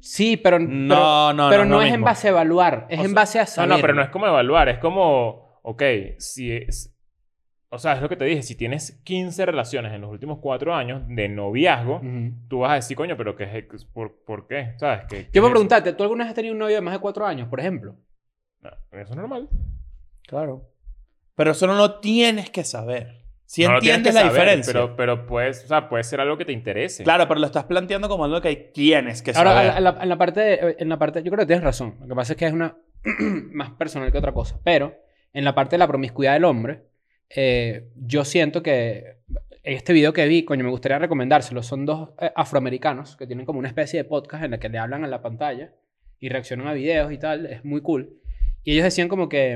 Speaker 4: Sí, pero
Speaker 3: No,
Speaker 4: pero-
Speaker 3: no,
Speaker 4: pero
Speaker 3: no,
Speaker 4: no,
Speaker 3: no
Speaker 4: es en
Speaker 3: mismo.
Speaker 4: base a evaluar, es
Speaker 2: O
Speaker 4: en
Speaker 2: sea,
Speaker 4: base a
Speaker 2: No,
Speaker 4: saber.
Speaker 2: no, pero no es como evaluar, es como, ok, si es, o sea, es lo que te dije, si tienes 15 relaciones en los últimos cuatro años de noviazgo,
Speaker 4: Ujú.
Speaker 2: tú vas a decir, coño, pero ¿qué es, por, por qué? ¿Sabes? ¿Qué, qué
Speaker 4: Yo
Speaker 2: es
Speaker 4: puedo preguntarte, ¿tú alguna vez has tenido un novio de más de cuatro años, por ejemplo?
Speaker 2: eso? No, eso es normal.
Speaker 3: Claro. Pero eso no lo tienes que saber. Si
Speaker 2: No lo tienes
Speaker 3: entiendes
Speaker 2: que
Speaker 3: la
Speaker 2: saber,
Speaker 3: diferencia.
Speaker 2: Pero, pero puedes, o sea, puede ser algo que te interese.
Speaker 3: Claro, pero lo estás planteando como algo que tienes que
Speaker 4: Ahora,
Speaker 3: saber.
Speaker 4: en la, en la parte de- en la parte, yo creo que tienes razón. Lo que pasa es que es una más personal que otra cosa. Pero en la parte de la promiscuidad del hombre, eh, yo siento que este video que vi, coño, me gustaría recomendárselo. Son dos eh, afroamericanos que tienen como una especie de podcast en la que le hablan a la pantalla y reaccionan a videos y tal. Es muy cool. Y ellos decían como que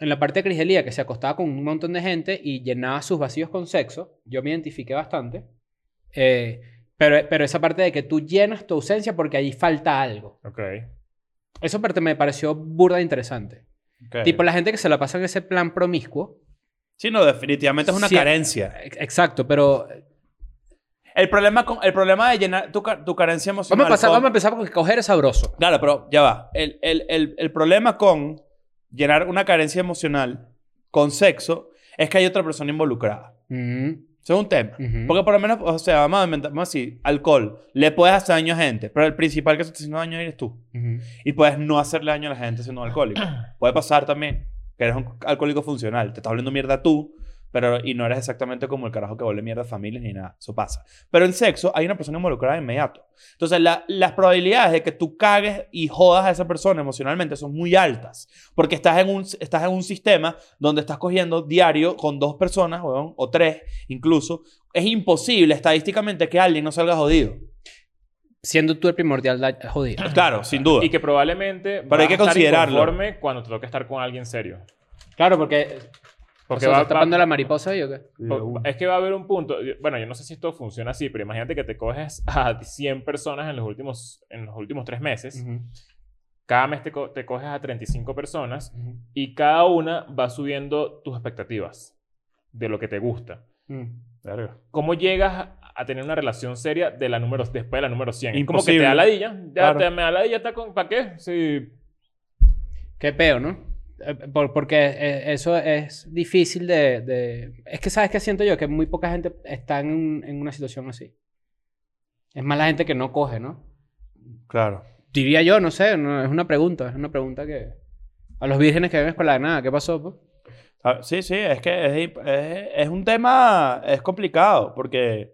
Speaker 4: en la parte de Crigelía, que se acostaba con un montón de gente y llenaba sus vacíos con sexo, yo me identifiqué bastante. Eh, pero, pero esa parte de que tú llenas tu ausencia porque ahí falta algo.
Speaker 2: Ok.
Speaker 4: Eso parte me pareció burda de interesante.
Speaker 3: Ok.
Speaker 4: Tipo, la gente que se la pasa en ese plan promiscuo.
Speaker 3: Sí, no, definitivamente es una
Speaker 4: Sí.
Speaker 3: carencia.
Speaker 4: Ex- Exacto, pero
Speaker 3: El problema, con, el problema de llenar tu, ca- tu carencia emocional.
Speaker 4: vamos a, pasar,
Speaker 3: con-
Speaker 4: vamos a empezar porque coger es sabroso.
Speaker 3: Claro, pero ya va. El, el- el- el problema con llenar una carencia emocional con sexo es que hay otra persona involucrada.
Speaker 4: Mm,
Speaker 3: Eso es un tema.
Speaker 4: ujú.
Speaker 3: Porque por lo menos, o sea, vamos a inventar, vamos a decir, alcohol, le puedes hacer daño a gente, pero el principal que se está haciendo daño eres tú.
Speaker 4: Ujú.
Speaker 3: Y puedes no hacerle daño a la gente siendo alcohólico. Puede pasar también que eres un alcohólico funcional. Te estás volviendo mierda tú, pero y no eres exactamente como el carajo que vuelve mierda a familias ni nada. Eso pasa. Pero en sexo hay una persona involucrada de inmediato. Entonces, la- las probabilidades de que tú cagues y jodas a esa persona emocionalmente son muy altas. Porque estás en un, estás en un sistema donde estás cogiendo diario con dos personas, weón, o tres incluso. Es imposible estadísticamente que alguien no salga jodido. Pues
Speaker 4: Siendo tú el primordial da- jodido.
Speaker 3: Claro, sin duda.
Speaker 2: Y que probablemente
Speaker 3: Pero hay que considerarlo.
Speaker 2: conforme cuando te toque estar con alguien serio.
Speaker 4: Claro, porque.
Speaker 2: Porque
Speaker 4: Porque va,
Speaker 2: va-
Speaker 4: tapando
Speaker 2: va-
Speaker 4: la mariposa ahí o qué?
Speaker 2: Po- Es que va a haber un punto. yo- Bueno, yo no sé si esto funciona así, pero imagínate que te coges a 100 personas en los últimos, en los últimos tres meses. Cada mes te, co- te coges a 35 personas
Speaker 4: Ujú.
Speaker 2: y cada una va subiendo tus expectativas de lo que te gusta.
Speaker 4: Mm.
Speaker 2: ¿Cómo llegas a tener una relación seria de la número, después de la número 100? Es Como que te
Speaker 3: Imposible.
Speaker 2: da ladilla. Ya
Speaker 3: Claro.
Speaker 2: te, me da ladilla. está con- ¿Para qué? Sí.
Speaker 4: Qué peo, ¿no? Eh, por- porque eh, eso es difícil de, de- Es que sabes que siento yo que muy poca gente está en, un- en una situación así. Es más la gente que no coge, ¿no?
Speaker 3: Claro.
Speaker 4: Diría yo, no sé, no, es una pregunta, es una pregunta que... A los vírgenes que ven escuela de nada, ¿qué pasó? pues? po?
Speaker 3: Ah, Sí, sí, es que es, imp- es- es un tema, es complicado, porque,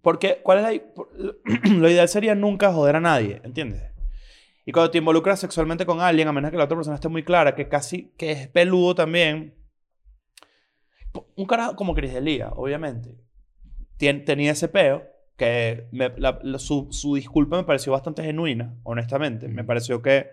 Speaker 3: porque ¿cuál es la, i- por- lo ideal sería nunca joder a nadie, ¿entiendes? Y cuando te involucras sexualmente con alguien, a menos que la otra persona esté muy clara, que casi, que es peludo también, po- un carajo como Cris Delia, obviamente, tien- tenía ese peo, que me- la- la- su, su disculpa me pareció bastante genuina, honestamente, me
Speaker 4: Ujú.
Speaker 3: pareció que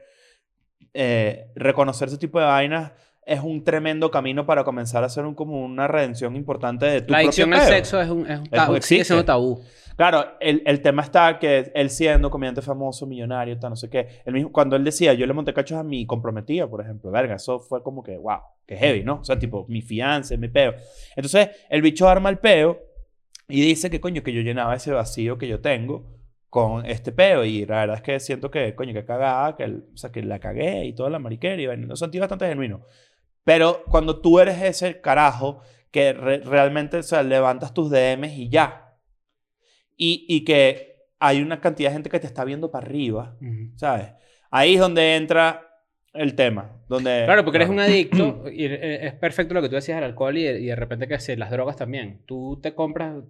Speaker 3: eh, reconocer ese tipo de vainas es un tremendo camino para comenzar a hacer un, como una redención importante de tu
Speaker 4: La adicción
Speaker 3: propio
Speaker 4: al
Speaker 3: peo.
Speaker 4: sexo es un, es un tabú,
Speaker 3: existe.
Speaker 4: sigue siendo tabú.
Speaker 3: Claro, el, el tema está que él siendo comediante famoso, millonario, tal, no sé qué. Él mismo, cuando él decía, yo le monté cachos a mi comprometida, por ejemplo, verga, eso fue como que, wow, que heavy, ¿no? O sea, tipo, mi fiance, mi peo. Entonces, el bicho arma el peo y dice que, coño, que yo llenaba ese vacío que yo tengo con este peo. Y la verdad es que siento que, coño, que cagada, que, el- o sea, que la cagué y toda la mariquera. Y vaina. lo sentí bastante genuino. Pero cuando tú eres ese carajo que re- realmente, o sea, levantas tus DMs y ya. Y, y que hay una cantidad de gente que te está viendo para arriba, ¿sabes? Ahí es donde entra el tema. Donde,
Speaker 4: Claro, porque eres un adicto y eh, es perfecto lo que tú decías del alcohol y de, y de repente que se- las drogas también. Tú te compras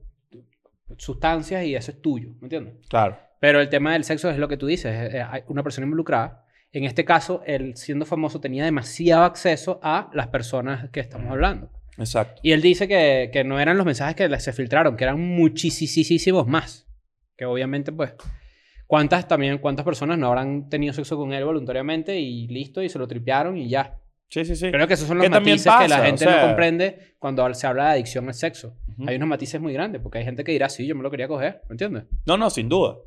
Speaker 4: sustancias y eso es tuyo, ¿me entiendes?
Speaker 3: Claro.
Speaker 4: Pero el tema del sexo es lo que tú dices, es- es- hay una persona involucrada. En este caso, él siendo famoso tenía demasiado acceso a las personas que estamos hablando.
Speaker 3: Exacto.
Speaker 4: Y él dice que, que no eran los mensajes que le- se filtraron, que eran muchísimos más. Que obviamente, pues, ¿cuántas también, cuántas personas no habrán tenido sexo con él voluntariamente y listo, y se lo tripearon y ya?
Speaker 3: Sí, sí, sí.
Speaker 4: Creo que esos son
Speaker 3: Que
Speaker 4: los
Speaker 3: también
Speaker 4: matices que la
Speaker 3: pasa, o
Speaker 4: gente
Speaker 3: sea-
Speaker 4: no comprende cuando se habla de adicción al sexo.
Speaker 3: Ujú.
Speaker 4: Hay unos matices muy grandes, porque hay gente que dirá, sí, yo me lo quería coger, ¿me entiendes?
Speaker 3: No, no, sin duda.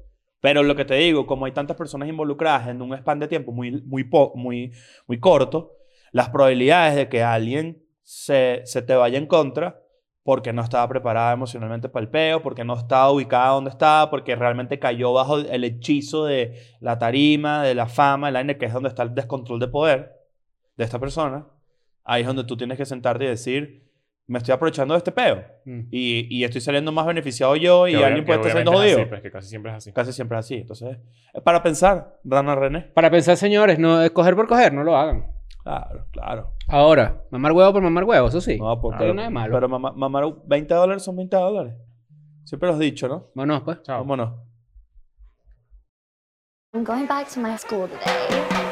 Speaker 3: Pero lo que te digo, como hay tantas personas involucradas en un span de tiempo muy, muy, po- muy, muy corto, las probabilidades de que alguien se, se te vaya en contra porque no estaba preparada emocionalmente para el peo, porque no estaba ubicada donde estaba, porque realmente cayó bajo el hechizo de la tarima, de la fama, el aire, que es donde está el descontrol de poder de esta persona. Ahí es donde tú tienes que sentarte y decir, me estoy aprovechando de este peo.
Speaker 4: Mm.
Speaker 3: Y, y estoy saliendo más beneficiado yo y
Speaker 2: Que obvia-
Speaker 3: alguien puede
Speaker 2: que
Speaker 3: estar siendo
Speaker 2: obviamente es así,
Speaker 3: jodido.
Speaker 2: pues, que casi siempre es así.
Speaker 3: Casi siempre es así. Entonces, es para pensar, Rana René.
Speaker 4: Para pensar, señores, no es coger por coger, no lo hagan.
Speaker 3: Claro, claro.
Speaker 4: Ahora, mamar huevo por mamar huevo, eso sí.
Speaker 3: No, pues,
Speaker 2: Ah,
Speaker 3: pero,
Speaker 4: pero nada de malo.
Speaker 3: pero mamá, mamar 20 dólares son 20 dólares. Siempre lo has dicho, ¿no?
Speaker 4: Bueno, pues.
Speaker 2: Chao.
Speaker 3: Vámonos.
Speaker 1: I'm going back to my school today.